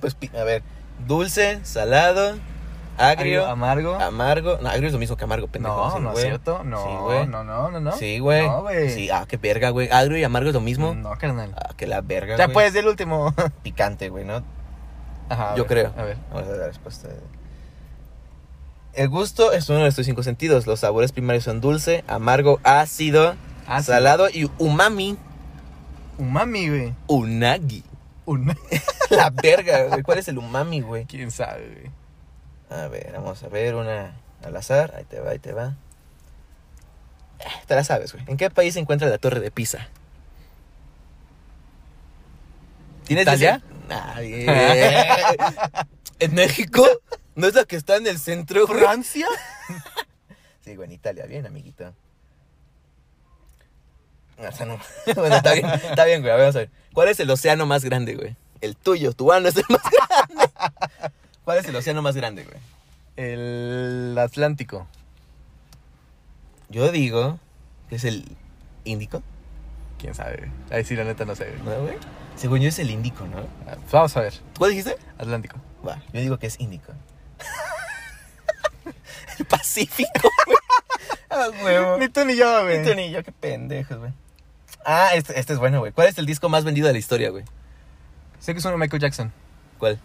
Pues, pi- a ver. Dulce, salado, agrio,
amargo.
Amargo. No, agrio es lo mismo que amargo, pendejo.
no,
sí,
no es
güey.
cierto. No,
Sí, güey.
no, no, no, no.
Sí, güey.
No, güey.
Sí, ah, qué verga, güey. Agrio y amargo es lo mismo.
No, pues, carnal.
Ah, que la verga,
Ya
güey.
puedes del último. [LAUGHS]
Picante, güey, ¿no?
Ajá. a
Yo
ver,
creo.
A ver.
Vamos a ver la respuesta. El gusto es uno de sus cinco sentidos. Los sabores primarios son dulce, amargo, ácido,
Ácido.
salado y umami.
Umami, güey.
Unagi. [LAUGHS]
Una... [LAUGHS]
La verga, güey. ¿Cuál es el umami, güey?
¿Quién sabe, güey?
A ver, vamos a ver una al azar. Ahí te va, ahí te va. Eh, Te la sabes, güey. ¿En qué país se encuentra la Torre de Pisa? ¿Tienes
¿Italia?
ese- Nah, bien. [LAUGHS] ¿En México? ¿No es la que está en el centro, güey?
¿Francia?
Sí, güey, en Italia. Bien, amiguito. No, o sea, no. [LAUGHS] bueno, está bien, está bien, güey. A ver, Vamos a ver. ¿Cuál es el océano más grande, güey? El tuyo, tu ano es el más [LAUGHS] grande. ¿Cuál es el océano más grande, güey?
El Atlántico.
Yo digo que es el Índico,
¿Quién sabe, güey? Ahí sí, la neta no sé, güey.
¿no, güey? Según yo es el Índico, ¿no?
Ah, pues Vamos a ver.
¿Tú cuál dijiste?
Atlántico.
Va, yo digo que es Índico. [LAUGHS] el Pacífico, güey. [LAUGHS] Ah, huevo.
Ni tú ni yo, güey.
Ni tú ni yo, qué pendejos, güey. Ah, este, este es bueno, güey. ¿Cuál es el disco más vendido de la historia, güey?
Sé que es uno de Michael Jackson.
¿Cuál?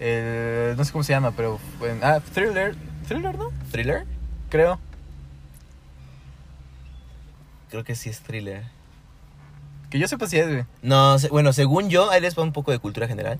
El- no sé cómo se llama, pero. bueno, ah, Thriller. ¿Thriller, no?
¿Thriller?
Creo.
Creo que sí es thriller.
Que yo sepa si es, güey.
No, se- bueno, según yo, ahí les va un poco de cultura general.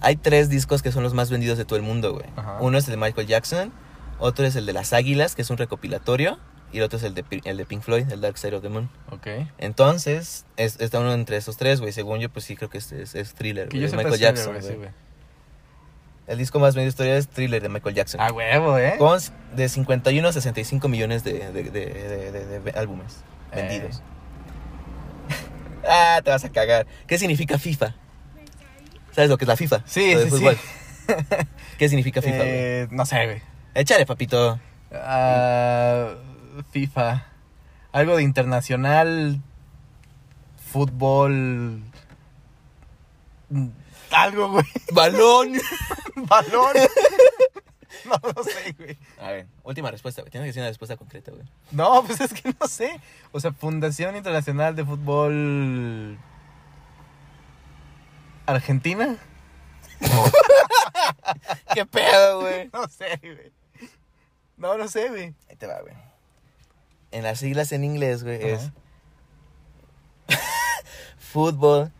Hay tres discos que son los más vendidos de todo el mundo, güey.
Ajá.
Uno es el de Michael Jackson, otro es el de Las Águilas, que es un recopilatorio, y el otro es el de, Pi- el de Pink Floyd, el Dark Side of the Moon.
Ok.
Entonces, es, está uno entre esos tres, güey. Según yo, pues sí creo que es, es, es Thriller,
Que yo
güey, de
sepa
Eh, Michael
es Thriller,
Jackson,
güey, sí,
güey.
güey.
El disco más vendido de historia es Thriller de Michael Jackson.
A huevo, ¿eh?
Con s- de 51 a 65 millones de, de- de- de- de- de- de álbumes
Eh.
vendidos. ah, te vas a cagar. ¿Qué significa FIFA? ¿Sabes lo que es la FIFA?
Sí,
Lo de
sí, sí.
fútbol. ¿Qué significa FIFA, güey?
Eh, no sé, güey.
Échale, papito.
Ah, FIFA. Algo de internacional. Fútbol. mm, Algo, güey. [LAUGHS]
¡Balón!
Balón. No, no sé, güey.
A ver, última respuesta, güey. Tienes que decir una respuesta concreta, güey.
No, pues es que no sé. O sea, Fundación Internacional de Fútbol. Argentina.
¿Qué pedo, güey?
[LAUGHS] No sé, güey. No, no sé, güey.
Ahí te va, güey. En las siglas en inglés, güey, es
Ajá.
[LAUGHS] fútbol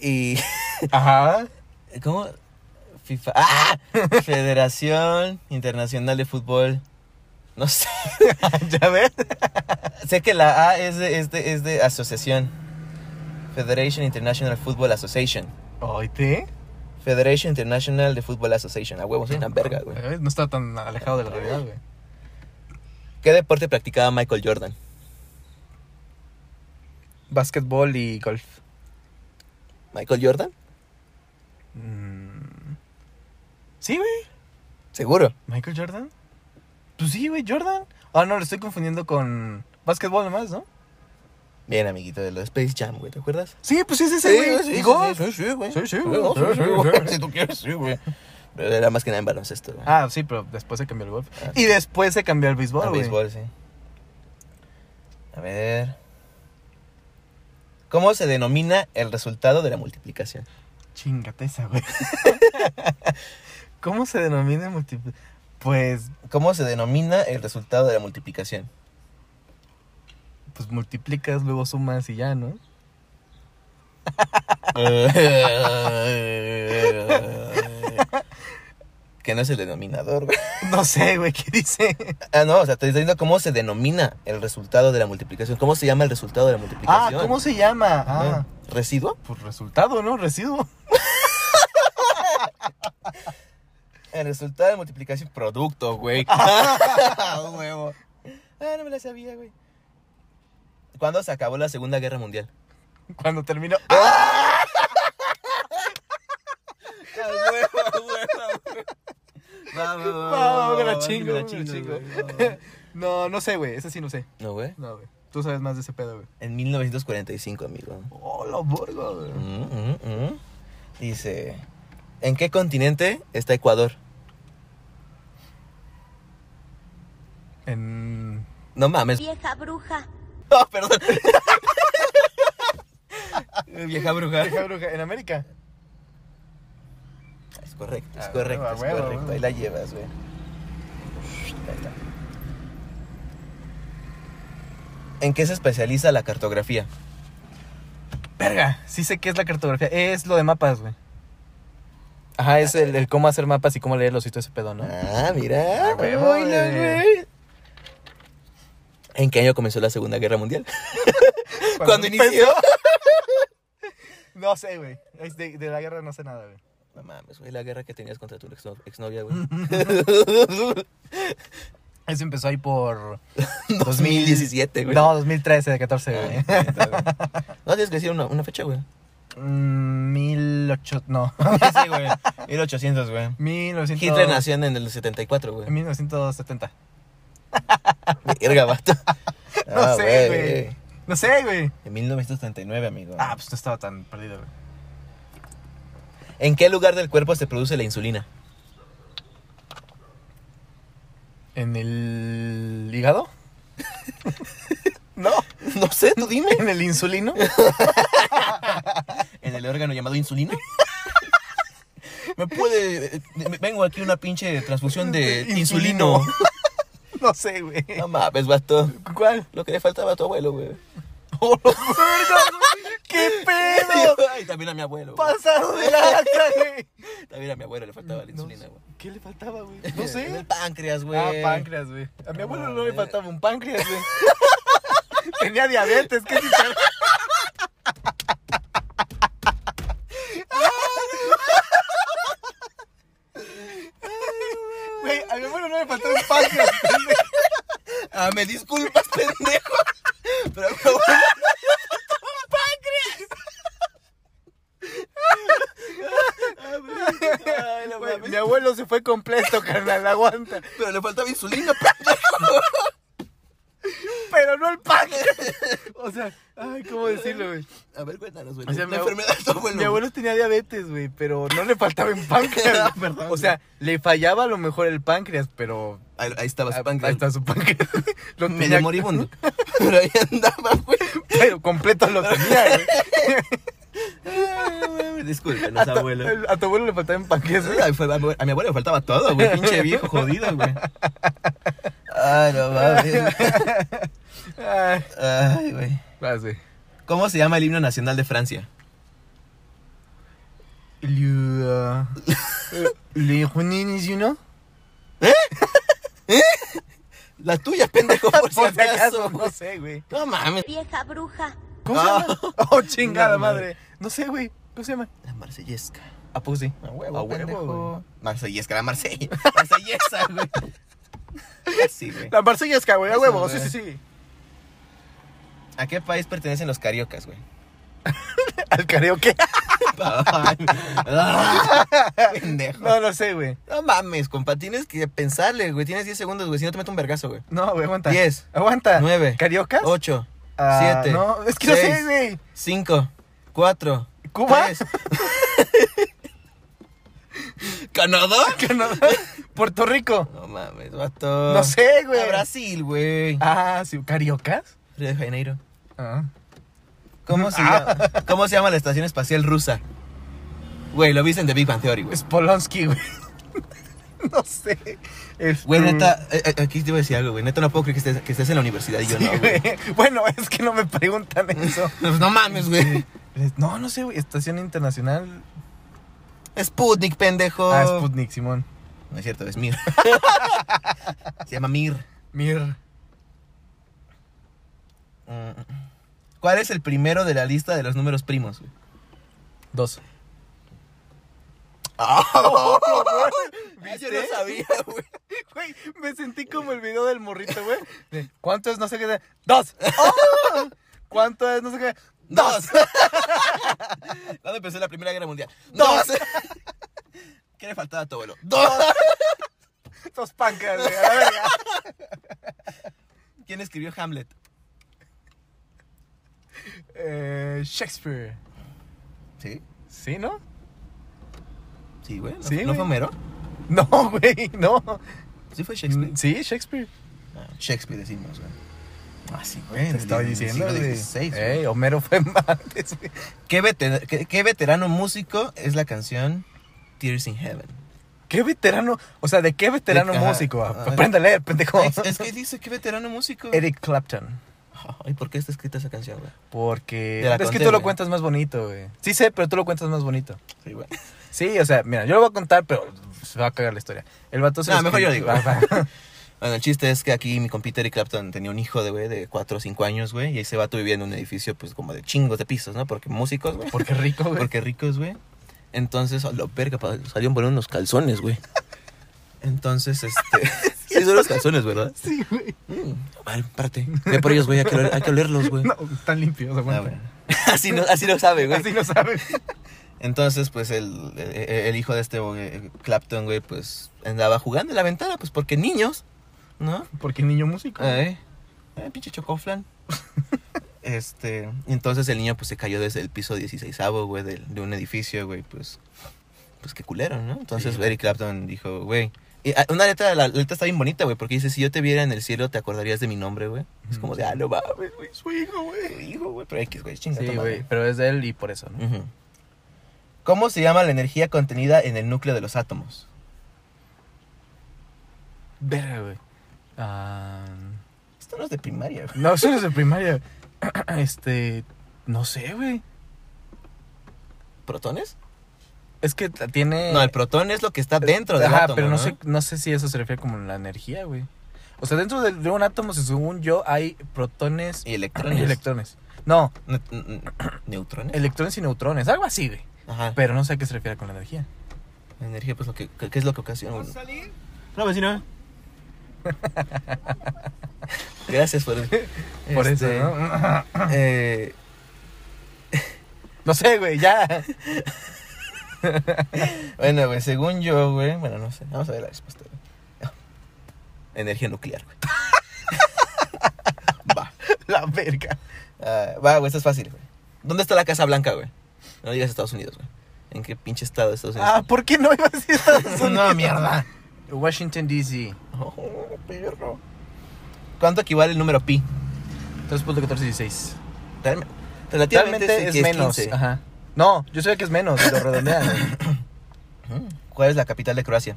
y...
Ajá.
¿Cómo? FIFA. ¡Ah! [LAUGHS] Federación Internacional de Fútbol. No sé. [LAUGHS]
¿Ya ves?
Sé que la A es de, es de, es de asociación. Federation International Football Association.
Oíte.
Federation International de Football Association. A huevo, soy una verga, güey.
Eh, No está tan alejado de la realidad, güey.
¿Qué deporte practicaba Michael Jordan?
Básquetbol y golf.
¿Michael Jordan?
Mm. Sí, güey.
Seguro.
Michael Jordan. Pues sí, güey, Jordan. Ah, no, lo estoy confundiendo con básquetbol nomás, ¿no?
Bien, amiguito, de los Space Jam, güey, ¿te acuerdas?
Sí, pues sí, sí, sí, güey. y golf. Sí, sí, güey.
No, sí,
Sí,
sí,
sí,
güey.
güey.
Si tú quieres, sí, güey. Pero era más que nada en baloncesto, güey.
Ah, sí, pero después se cambió el golf.
Ah,
Y después se cambió al béisbol,
Al
güey.
béisbol, sí. A ver. ¿Cómo se denomina el resultado de la multiplicación?
Chingate esa, güey. [LAUGHS] ¿Cómo se denomina multiplicación? Pues,
¿Cómo se denomina el resultado de
[LAUGHS]
la multiplicación?
pues multiplicas, luego sumas y ya, ¿no?
que no es el denominador, güey.
No sé, güey, ¿qué dice?
Ah, no, o sea, te estoy diciendo cómo se denomina el resultado de la multiplicación. ¿Cómo se llama el resultado de la
Ah,
multiplicación?
¿cómo se llama? Ah,
Ah, ¿Residuo?
pues resultado, ¿no? Residuo. [LAUGHS]
El resultado de la multiplicación producto, [LAUGHS] güey. huevo. Ah, no me la sabía, güey. ¿Cuándo se acabó la Segunda Guerra Mundial?
Cuando terminó.
[LAUGHS]
va, Ah, me la chingo, me la chingo. [LAUGHS] No, no sé, güey. Ese sí no sé.
No, güey.
No, güey. Tú sabes más de ese pedo, güey.
En 1945, amigo.
Oh, la verga, güey.
Mm, mm, mm. Dice, ¿en qué continente está Ecuador?
En.
No mames. [LAUGHS]
Vieja bruja.
No, perdón. [LAUGHS] Vieja bruja.
Deja, bruja, En América.
Es correcto, es
Ah,
correcto,
huevo,
es
huevo,
correcto.
huevo.
Ahí la llevas, güey. ¿En qué se especializa la cartografía?
Verga, sí sé qué es la cartografía. Es lo de mapas, güey. Ajá, es el, el cómo hacer mapas y cómo leerlos y todo ese pedo, ¿no?
Ah, mira.
Ah, huevo,
Hola,
güey.
güey. ¿En qué año comenzó la Segunda Guerra Mundial? [LAUGHS] Cuando inició.
No sé, güey. Es De, de la guerra no sé nada, güey.
No mames, güey, la guerra que tenías contra tu exno-
[LAUGHS]
exnovia, güey.
Eso empezó ahí por...
2017, güey. Ah,
No, 2013, de 14, güey.
No, tienes que decir una, una
[LAUGHS]
fecha, güey.
Mm, 1800... No. [LAUGHS]
Sí, güey. 1800, güey.
1900...
Hitler nació en el 74, güey.
En 1970.
Verga, vato.
[LAUGHS] No
Ah,
sé, güey. No sé, güey.
En 1939, amigo.
Ah, pues no estaba tan perdido, güey.
¿En qué lugar del cuerpo se produce la insulina?
¿En el hígado? [LAUGHS] [LAUGHS] no.
No sé, tú dime.
¿En el insulino?
¿En el órgano llamado insulina?
[LAUGHS]
Me puede. eh, me- vengo aquí una pinche transfusión
[LAUGHS]
de
Insulino.
insulino.
No sé, güey.
No mames, vato.
¿Cuál?
Lo que le faltaba a tu
[LAUGHS]
abuelo, güey.
Oh, ¡Qué
[LAUGHS]
pedo!
Y también a mi abuelo. güey.
Pasado de lanza, güey.
También a mi abuelo le faltaba la insulina, güey.
¿Qué le faltaba, güey? No
[LAUGHS] En el
sé.
páncreas, güey.
Ah, páncreas, güey. A mi abuelo no le
mames.
faltaba un páncreas, güey. [LAUGHS] Tenía diabetes, qué chichar- Güey, a mi abuelo no le faltaba un [LAUGHS] páncreas. pendejo.
Ah, me disculpas, [LAUGHS] pendejo. Pero a mi abuelo le faltaba un páncreas. Ay, no
Güey,
mames.
Mi abuelo se fue completo, carnal, aguanta.
Pero le faltaba insulina, pendejo.
Pero no el páncreas. O sea, ay, ¿cómo decirlo, güey?
A ver, cuéntanos, güey.
O sea,
la
mi abue-
enfermedad de tu
[LAUGHS]
abuelo.
Mi abuelo tenía diabetes, güey, pero no le faltaba [LAUGHS] un páncreas.
Ah, perdón,
o sea, le fallaba a lo mejor el páncreas, pero
Ahí, ahí estaba su
ah,
páncreas.
ahí está su páncreas. [LAUGHS] Lo
Medio
tenía-
moribundo. Pero ahí andaba, güey.
[LAUGHS] Pero completo lo tenía, güey.
[LAUGHS] Discúlpenos,
A tu-
abuelo.
el- A tu abuelo le faltaba un páncreas, güey.
Ay, fue- A mi- a mi abuelo le faltaba todo, güey. Pinche viejo jodido, güey. [LAUGHS] Ay, no mames.
Ay,
Ay, güey.
vas, [LAUGHS] güey.
¿Cómo se llama el himno nacional de Francia?
Liu, ah, Le Junines, you know?
La tuya, [LAUGHS] pendejo,
[LAUGHS]
por si acaso.
no sé, güey.
No mames.
Vieja bruja.
¿Cómo se
Ah. [LAUGHS]
llama? Oh, chingada
Chingada madre.
madre. No sé, güey. ¿Cómo se llama?
La marsellesca.
A Pussy.
A huevo,
A huevo,
pendejo.
güey.
Marsellesca, la [LAUGHS] marsella. Marsellesa, güey. [LAUGHS] Sí, güey.
La marsellesca, güey, a
Eso,
huevo. Sí,
güey.
sí, sí.
¿A qué país pertenecen los cariocas, [LAUGHS] güey?
Al karaoke.
[LAUGHS] Pendejo.
No, no sé, güey.
No mames, compa, tienes que pensarle, güey. Tienes 10 segundos, güey. Si no te meto un vergazo, güey.
No, güey, aguanta.
10,
Aguanta.
9,
¿Cariocas?
8,
Ah,
siete,
No, es que no
seis.
sé, güey.
5, 4,
¿Cuba?
3. ¿Canadá?
[LAUGHS] Canadá. Puerto Rico.
No mames, vato.
No sé, güey.
A Brasil, güey.
Ah, sí. ¿Cariocas?
Río de Janeiro.
Ah.
¿Cómo se,
Ah.
llama, ¿Cómo se llama la estación espacial rusa? Güey, lo viste en The Big Bang Theory, güey.
Es Polonsky, güey. [LAUGHS] no sé. Este-
Güey, neta, eh, eh, aquí te iba a decir algo, güey. Neta, no puedo creer que estés, que estés en la universidad y yo
Sí,
no, güey.
güey. [LAUGHS] Bueno, es que no me preguntan
[LAUGHS]
eso.
Pues no mames, güey.
No, no sé, güey. Estación Internacional.
Sputnik, pendejo.
Ah, Sputnik, Simón.
No es cierto, es [LAUGHS] Mir. Se llama Mir.
Mir. [LAUGHS]
Mm. ¿Cuál es el primero de la lista de los números primos? güey?
Dos.
[LAUGHS] Yo Ah, no sabía, güey.
Güey, me sentí como el video del morrito, güey. De, ¿Cuánto es? No sé qué. de- ¡Dos! ¡Oh! ¿Cuánto es? No sé qué.
Dos. [LAUGHS] ¿Cuándo empezó la Primera Guerra Mundial? Dos. [LAUGHS] ¿Qué le faltaba a tu abuelo? Dos.
Dos pancas, güey. A la verga.
¿Quién escribió Hamlet?
Eh, Shakespeare.
Sí.
¿Sí, no?
Sí, güey. ¿No,
Sí,
¿no fue
güey.
Homero?
[LAUGHS] No, güey, no.
Sí fue Shakespeare.
Mm, Sí, Shakespeare.
Ah, Shakespeare decimos, güey. Ah, sí,
Te estaba diciendo, güey.
XVI, güey.
Ey, Homero fue antes, güey.
¿Qué, vete- qué- qué veterano músico es la canción Tears in Heaven?
¿Qué veterano? O sea, ¿de qué veterano [LAUGHS]
Ajá.
músico?
Ah,
Aprende a leer, pendejo.
Es, es que dice qué veterano músico.
Eric Clapton.
Ay, ¿por qué está escrita esa canción, güey?
Porque.
Te la
es
conté,
que tú lo
güey.
cuentas más bonito, güey. Sí sé, pero tú lo cuentas más bonito.
Sí, güey.
Sí, o sea, mira, yo lo voy a contar, pero se va a cagar la historia. El vato se
No,
lo
mejor yo
escribió-
digo.
Va,
[LAUGHS]
va.
Bueno, el chiste es que aquí mi compita Eric Clapton tenía un hijo de, güey, de 4 o 5 años, güey. Y ese vato vivía en un edificio, pues, como de chingos de pisos, ¿no? Porque músicos, güey.
Porque rico, güey.
Porque ricos, güey. Entonces, a la verga, pa- salieron poner unos calzones, güey.
[LAUGHS]
Entonces, este... sí, son los calzones, ¿verdad?
[LAUGHS] Sí, güey.
Mm, vale, párate. Ve por ellos, güey. Hay que, oler- hay que olerlos, güey.
[LAUGHS] No, tan limpios,
Pues, Ah, bueno. [LAUGHS] así, no, así lo sabe, güey.
Así lo sabes.
Entonces, pues, el, el, el hijo de este güey, Clapton, güey, pues, andaba jugando en la ventana, pues, porque niños, ¿no?
Porque niño músico.
Eh, eh, pinche chocoflan. [LAUGHS] este, y entonces el niño, pues, se cayó desde el piso 16 güey, del- de, un edificio, güey, pues, pues, qué culero, ¿no? Entonces,
Sí.
Eric Clapton dijo, güey... y, ah, una letra, la letra está bien bonita, güey, porque dice, si yo te viera en el cielo, te acordarías de mi nombre, güey. Es
Ujú.
como de, ah, no mames, güey, su hijo, güey, su hijo, güey. Pero X, güey, chinga tu
Sí,
madre.
güey. Pero es de él y por eso, ¿no?
Ujú. ¿Cómo se llama la energía contenida en el núcleo de los átomos?
Verga, güey. Ah,
Esto no es de primaria, güey.
no, eso es de primaria. [CLEARS THROAT] Este. No sé, güey.
¿Protones?
Es que t- tiene.
no, el protón es lo que está dentro del
Eh. Ajá,
átomo,
pero no,
¿no?
Sé, no sé si eso se refiere como a la energía, güey. O sea, dentro de, de un átomo, según yo, hay protones
Y electrones.
y electrones. No,
Ne- n- n- ¿Neutrones?
electrones y neutrones, algo así, güey.
Ajá.
Pero no sé a qué se refiere con la energía.
La energía, pues, lo que, que- ¿qué es lo que ocasiona?
¿Vas a salir?
No,
pues,
vecino. [LAUGHS] Gracias por...
Por
Este,
eso, ¿no?
eh,
No sé, güey,
[LAUGHS]
ya.
bueno, güey, según yo, güey... Bueno, no sé. Vamos a ver la respuesta. güey. Energía nuclear,
[LAUGHS]
güey. Va.
la verga.
Ah, va, güey, esto es fácil, güey. ¿Dónde está la Casa Blanca, güey? No digas Estados Unidos, güey. ¿En qué pinche estado de Estados
Ah,
Unidos?
¿por qué no iba a decir [LAUGHS] Estados Unidos?
[LAUGHS] no, mierda.
Washington, D.C.
[LAUGHS] Oh, perro. ¿Cuánto equivale el número pi?
3.1416.
Realme- Relativamente
Realmente es,
que
menos.
15.
Ajá. No, yo sé que es menos, lo redondean. [LAUGHS] güey.
Ujú. ¿Cuál es la capital de Croacia?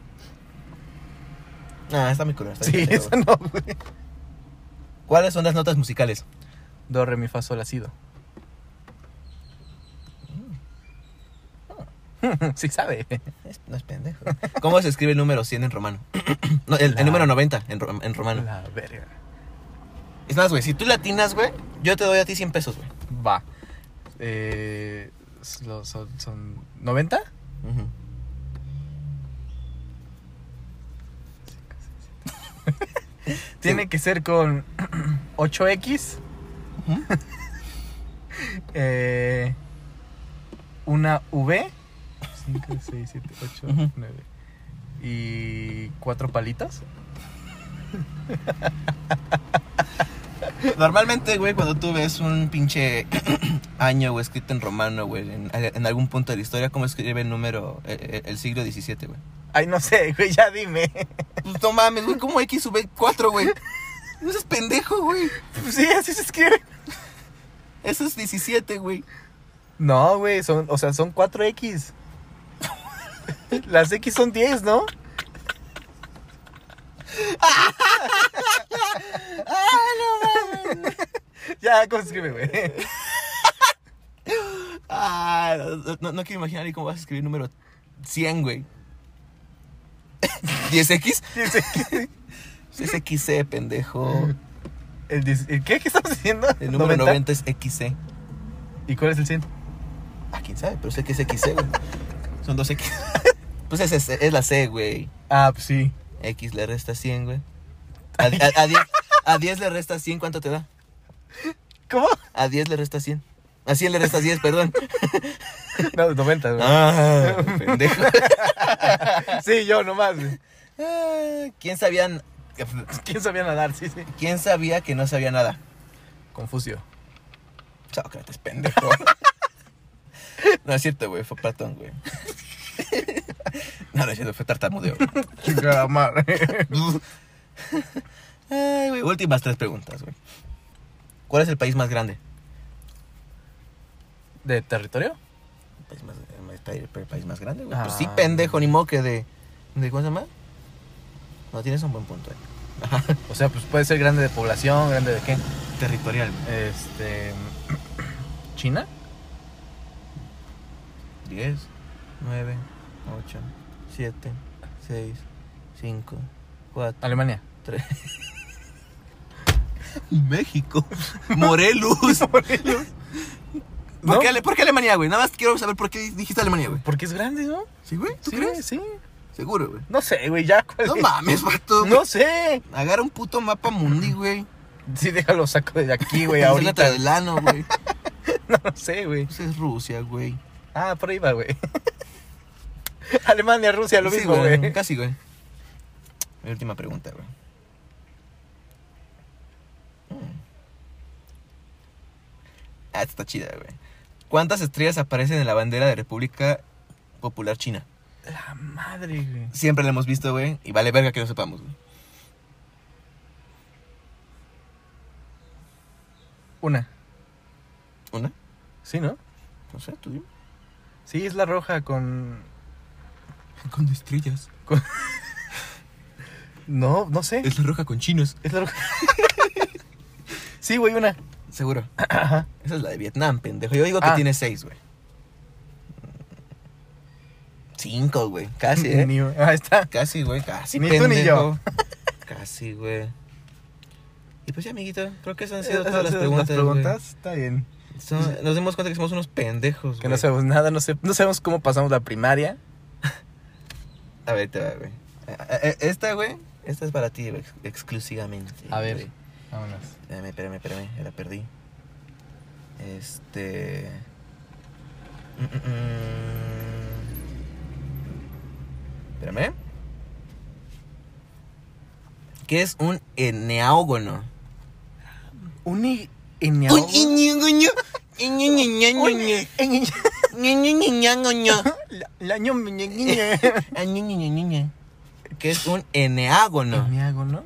Ah, está muy curioso.
sí,
está bien pendejo,
eso
güey.
no, güey.
¿Cuáles son las notas musicales?
Do, re, mi, fa, sol, ha sido. [LAUGHS] sí sabe.
Es- no es pendejo. [LAUGHS] ¿Cómo se escribe el número 100 en romano? [CLEARS THROAT] No, el, el
La-
número 90 en, ro- en romano.
La verga.
Es más, güey, si tú latinas, güey, yo te doy a ti 100 pesos, güey.
Va. Eh, s- lo- son, son 90?
Ujú.
Tiene que ser con [CLEARS THROAT] 8X.
Ujú.
[LAUGHS] eh, una V. 5, 6, 7, 8,
Ujú.
9. Y cuatro palitas.
Normalmente, güey, cuando tú ves un pinche [CLEARS THROAT] año, güey, escrito en romano, güey, en, en algún punto de la historia, ¿cómo escribe el número, eh, eh, el, siglo XVII, güey?
Ay, no sé, güey, ya dime. [LAUGHS]
Pues no mames, güey, ¿cómo X sube 4, güey? No seas pendejo, güey.
sí, así se escribe.
Eso es 17, güey.
No, güey, son, o sea, son 4X. [LAUGHS] Las X son 10, ¿no? Ya, ¿cómo se escribe, güey? [LAUGHS]
Ah, no, no- no quiero imaginar ni cómo vas a escribir el número 100, güey. [LAUGHS] ¿10X?
10X.
Pues Es XC, pendejo.
El, 10 ¿el qué? ¿Qué estamos diciendo?
El número 90 es XC.
¿Y cuál es el 100?
Ah, quién sabe, pero sé que es XC, güey. Son dos X. [LAUGHS] Pues es, es, es la C, güey.
Ah, pues sí.
X le resta 100, güey. A, a- a 10, a 10 le resta 100, ¿cuánto te da?
¿Cómo?
A 10 le resta 100. A 100 le resta 10, perdón.
[LAUGHS] No, 90, güey.
Ah, pendejo.
[LAUGHS] Sí, yo nomás, güey.
Ah, [LAUGHS] ¿Quién sabían?
¿Quién sabía nadar? Sí, sí.
¿Quién sabía que no sabía nada?
Confucio.
Sócrates, pendejo. No es cierto, güey, fue Platón, güey. No, no es cierto, fue tartamudeo.
Chingada madre.
Ay, güey, últimas tres preguntas, güey. ¿Cuál es el país más grande?
[LAUGHS] ¿De territorio?
El país más, el más- el país más grande, güey.
Ah.
Pues sí, pendejo, ni moque de, de. ¿Cómo se llama? No, tienes un buen punto eh. ahí.
O sea, pues puede ser grande de población, grande de qué. territorial. Este. China.
10, 9, 8, 7, 6, 5, 4, [LAUGHS]
Alemania.
3. México. Morelos.
[LAUGHS]
¿Por,
¿No?
qué, Ale- por qué Alemania, güey? Nada más quiero saber por qué dijiste Alemania, güey.
Porque es grande, ¿no?
¿Sí, güey? ¿Tú
sí,
crees?
Sí.
Seguro,
[LAUGHS]
güey.
No sé, güey, ya. ¿cuál
No
es?
mames, vato.
No sé.
Agarra un puto mapa mundi, güey.
Sí, déjalo saco de aquí,
[LAUGHS]
güey,
Ahorita
ahorita.
del ano, güey.
No, no sé, güey.
Esa es Rusia, güey.
Ah, por ahí va, güey. [LAUGHS] Alemania, Rusia, lo
Sí,
mismo, güey.
Casi, güey. Mi última pregunta, güey. Mm. Ah, esta está chida, güey. ¿Cuántas estrellas aparecen en la bandera de República Popular China?
La madre, güey.
Siempre la hemos visto, güey. Y vale verga que no sepamos, güey.
Una.
¿Una?
Sí, ¿no?
No sé, tú dime.
Sí, es la roja con.
Con estrellas.
No, no sé.
la roja con chinos.
Es la roja. [LAUGHS] sí, güey, una.
Seguro.
Ajá.
Esa es la de Vietnam, pendejo. Yo digo que
Ah.
tiene seis, güey. Cinco, güey.
[LAUGHS]
Casi, ¿eh?
Ni- Ahí está.
Casi, güey, casi.
Ni tú ni yo.
Casi, güey. Y pues ya, amiguito, creo que esas han sido
Esas
todas las
son
preguntas.
preguntas, está bien.
güey. Son- nos dimos cuenta que somos unos pendejos,
Que
güey.
no sabemos nada, no, sé- no sabemos cómo pasamos la primaria.
A ver, te va, güey. A- a- a- Esta, güey, esta es para ti, güey, ex- exclusivamente.
A ver.
güey.
Vámonos.
Espérame, espérame, espérame, ya la perdí. Este. Mm, mm, mm. Espérame. ¿Qué es un eneágono?
Un i-
Un
iñao-
iñiguño.
Un
Iñiguñoñoño.
i- [LAUGHS] iñi-
Ñoñoñoñoño.
La- La ño- ñe- ñe-
Ah, ñoñoñoñoño. Que es un eneágono.
Eneágono.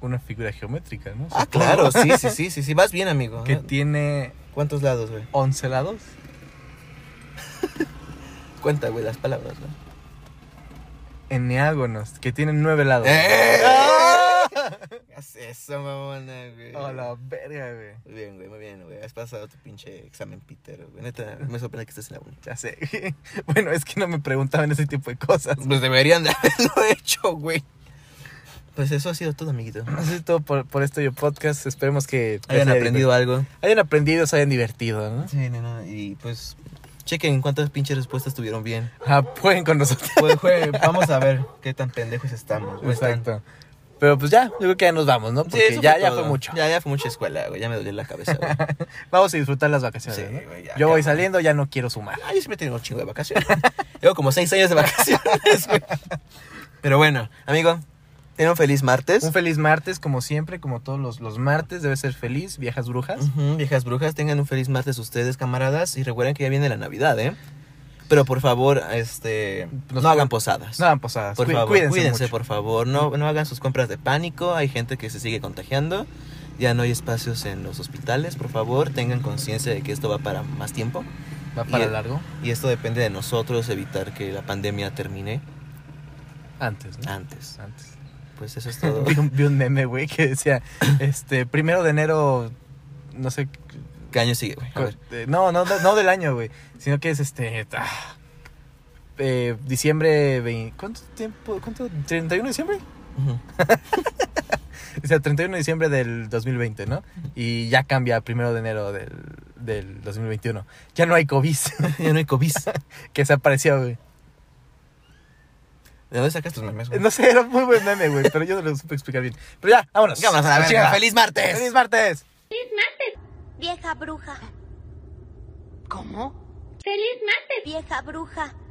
Una figura geométrica, ¿no?
Ah,
Supongo.
claro, sí, sí, sí, sí, sí. Vas bien, amigo. Ah,
Que tiene
¿Cuántos lados, güey?
11 lados.
Cuenta, güey, las palabras, güey.
Eneágonos, que tienen 9 lados.
[LAUGHS] ¡Eh!
¡Ah!
¿Qué haces eso, mamona, güey?
A la verga, güey.
Muy bien, güey, muy bien, güey. Has pasado tu pinche examen pitero, güey. Neta, me sorprende que estés en la uni.
Ya sé. [LAUGHS] Bueno, es que no me preguntaban ese tipo de cosas.
Pues deberían de haberlo [LAUGHS] hecho, güey. Pues eso ha sido todo, amiguito.
Eso es todo por, por este podcast. Esperemos que les
Hayan
haya
aprendido algo.
divertido. hayan aprendido, se hayan divertido, ¿no?
Sí, no, no. Y pues, chequen cuántas pinches respuestas tuvieron bien.
Ah, pueden con
[LAUGHS]
nosotros.
Pues, güey, vamos a ver qué tan pendejos estamos. güey.
Exacto. Pero pues ya, yo creo que ya nos vamos, ¿no?
Pues Sí,
Porque
eso
ya,
fue
ya
todo.
fue mucho.
Ya, ya fue mucha escuela, güey. Ya me dolió la cabeza, [LAUGHS] güey.
Vamos a disfrutar las vacaciones.
Sí,
¿no?
güey, ya,
Yo voy
cabrón.
saliendo, ya no quiero sumar.
Ah, yo siempre tengo un chingo de vacaciones. Llevo como seis años de vacaciones, güey. Pero bueno, amigo, ten un feliz martes.
Un feliz martes, como siempre, como todos los, los martes. Debe ser feliz, viejas brujas.
Ujú, viejas brujas, tengan un feliz martes ustedes, camaradas. Y recuerden que ya viene la Navidad, ¿eh? Pero por favor, este,
Nos-
no hagan posadas.
No hagan posadas.
por
Cuí-
favor,
cuídense,
cuídense,
mucho.
por favor. No, no hagan sus compras de pánico. Hay gente que se sigue contagiando. Ya no hay espacios en los hospitales. Por favor, tengan conciencia de que esto va para más tiempo.
Va para
Y-
largo.
Y esto depende de nosotros evitar que la pandemia termine
Antes, ¿no?
antes.
Antes.
Pues eso es
[LAUGHS]
todo.
Vi un, vi un meme, güey, que decía, este, primero de enero, no sé.
¿Qué año sigue, güey? A
cu-
ver.
eh, No, no, no, no del año, güey. Sino que es este. ah, eh, diciembre 20, ¿Cuánto tiempo? ¿Cuánto? ¿31 de diciembre?
Ujú.
O sea, 31 de diciembre del 2020, ¿no? Y ya cambia a primero de enero del, del 2021. Ya no hay COVID,
[LAUGHS] ya no hay [LAUGHS] COVID.
[LAUGHS] que se apareció, güey.
¿De dónde sacas tus memes, güey?
No sé, era muy buen meme, güey, pero yo no lo supe explicar bien. Pero ya, vámonos.
Vámonos a la verga.
chingada.
¡Feliz martes!
¡Feliz martes!
Vieja bruja.
¿Cómo?
Feliz martes. Vieja bruja.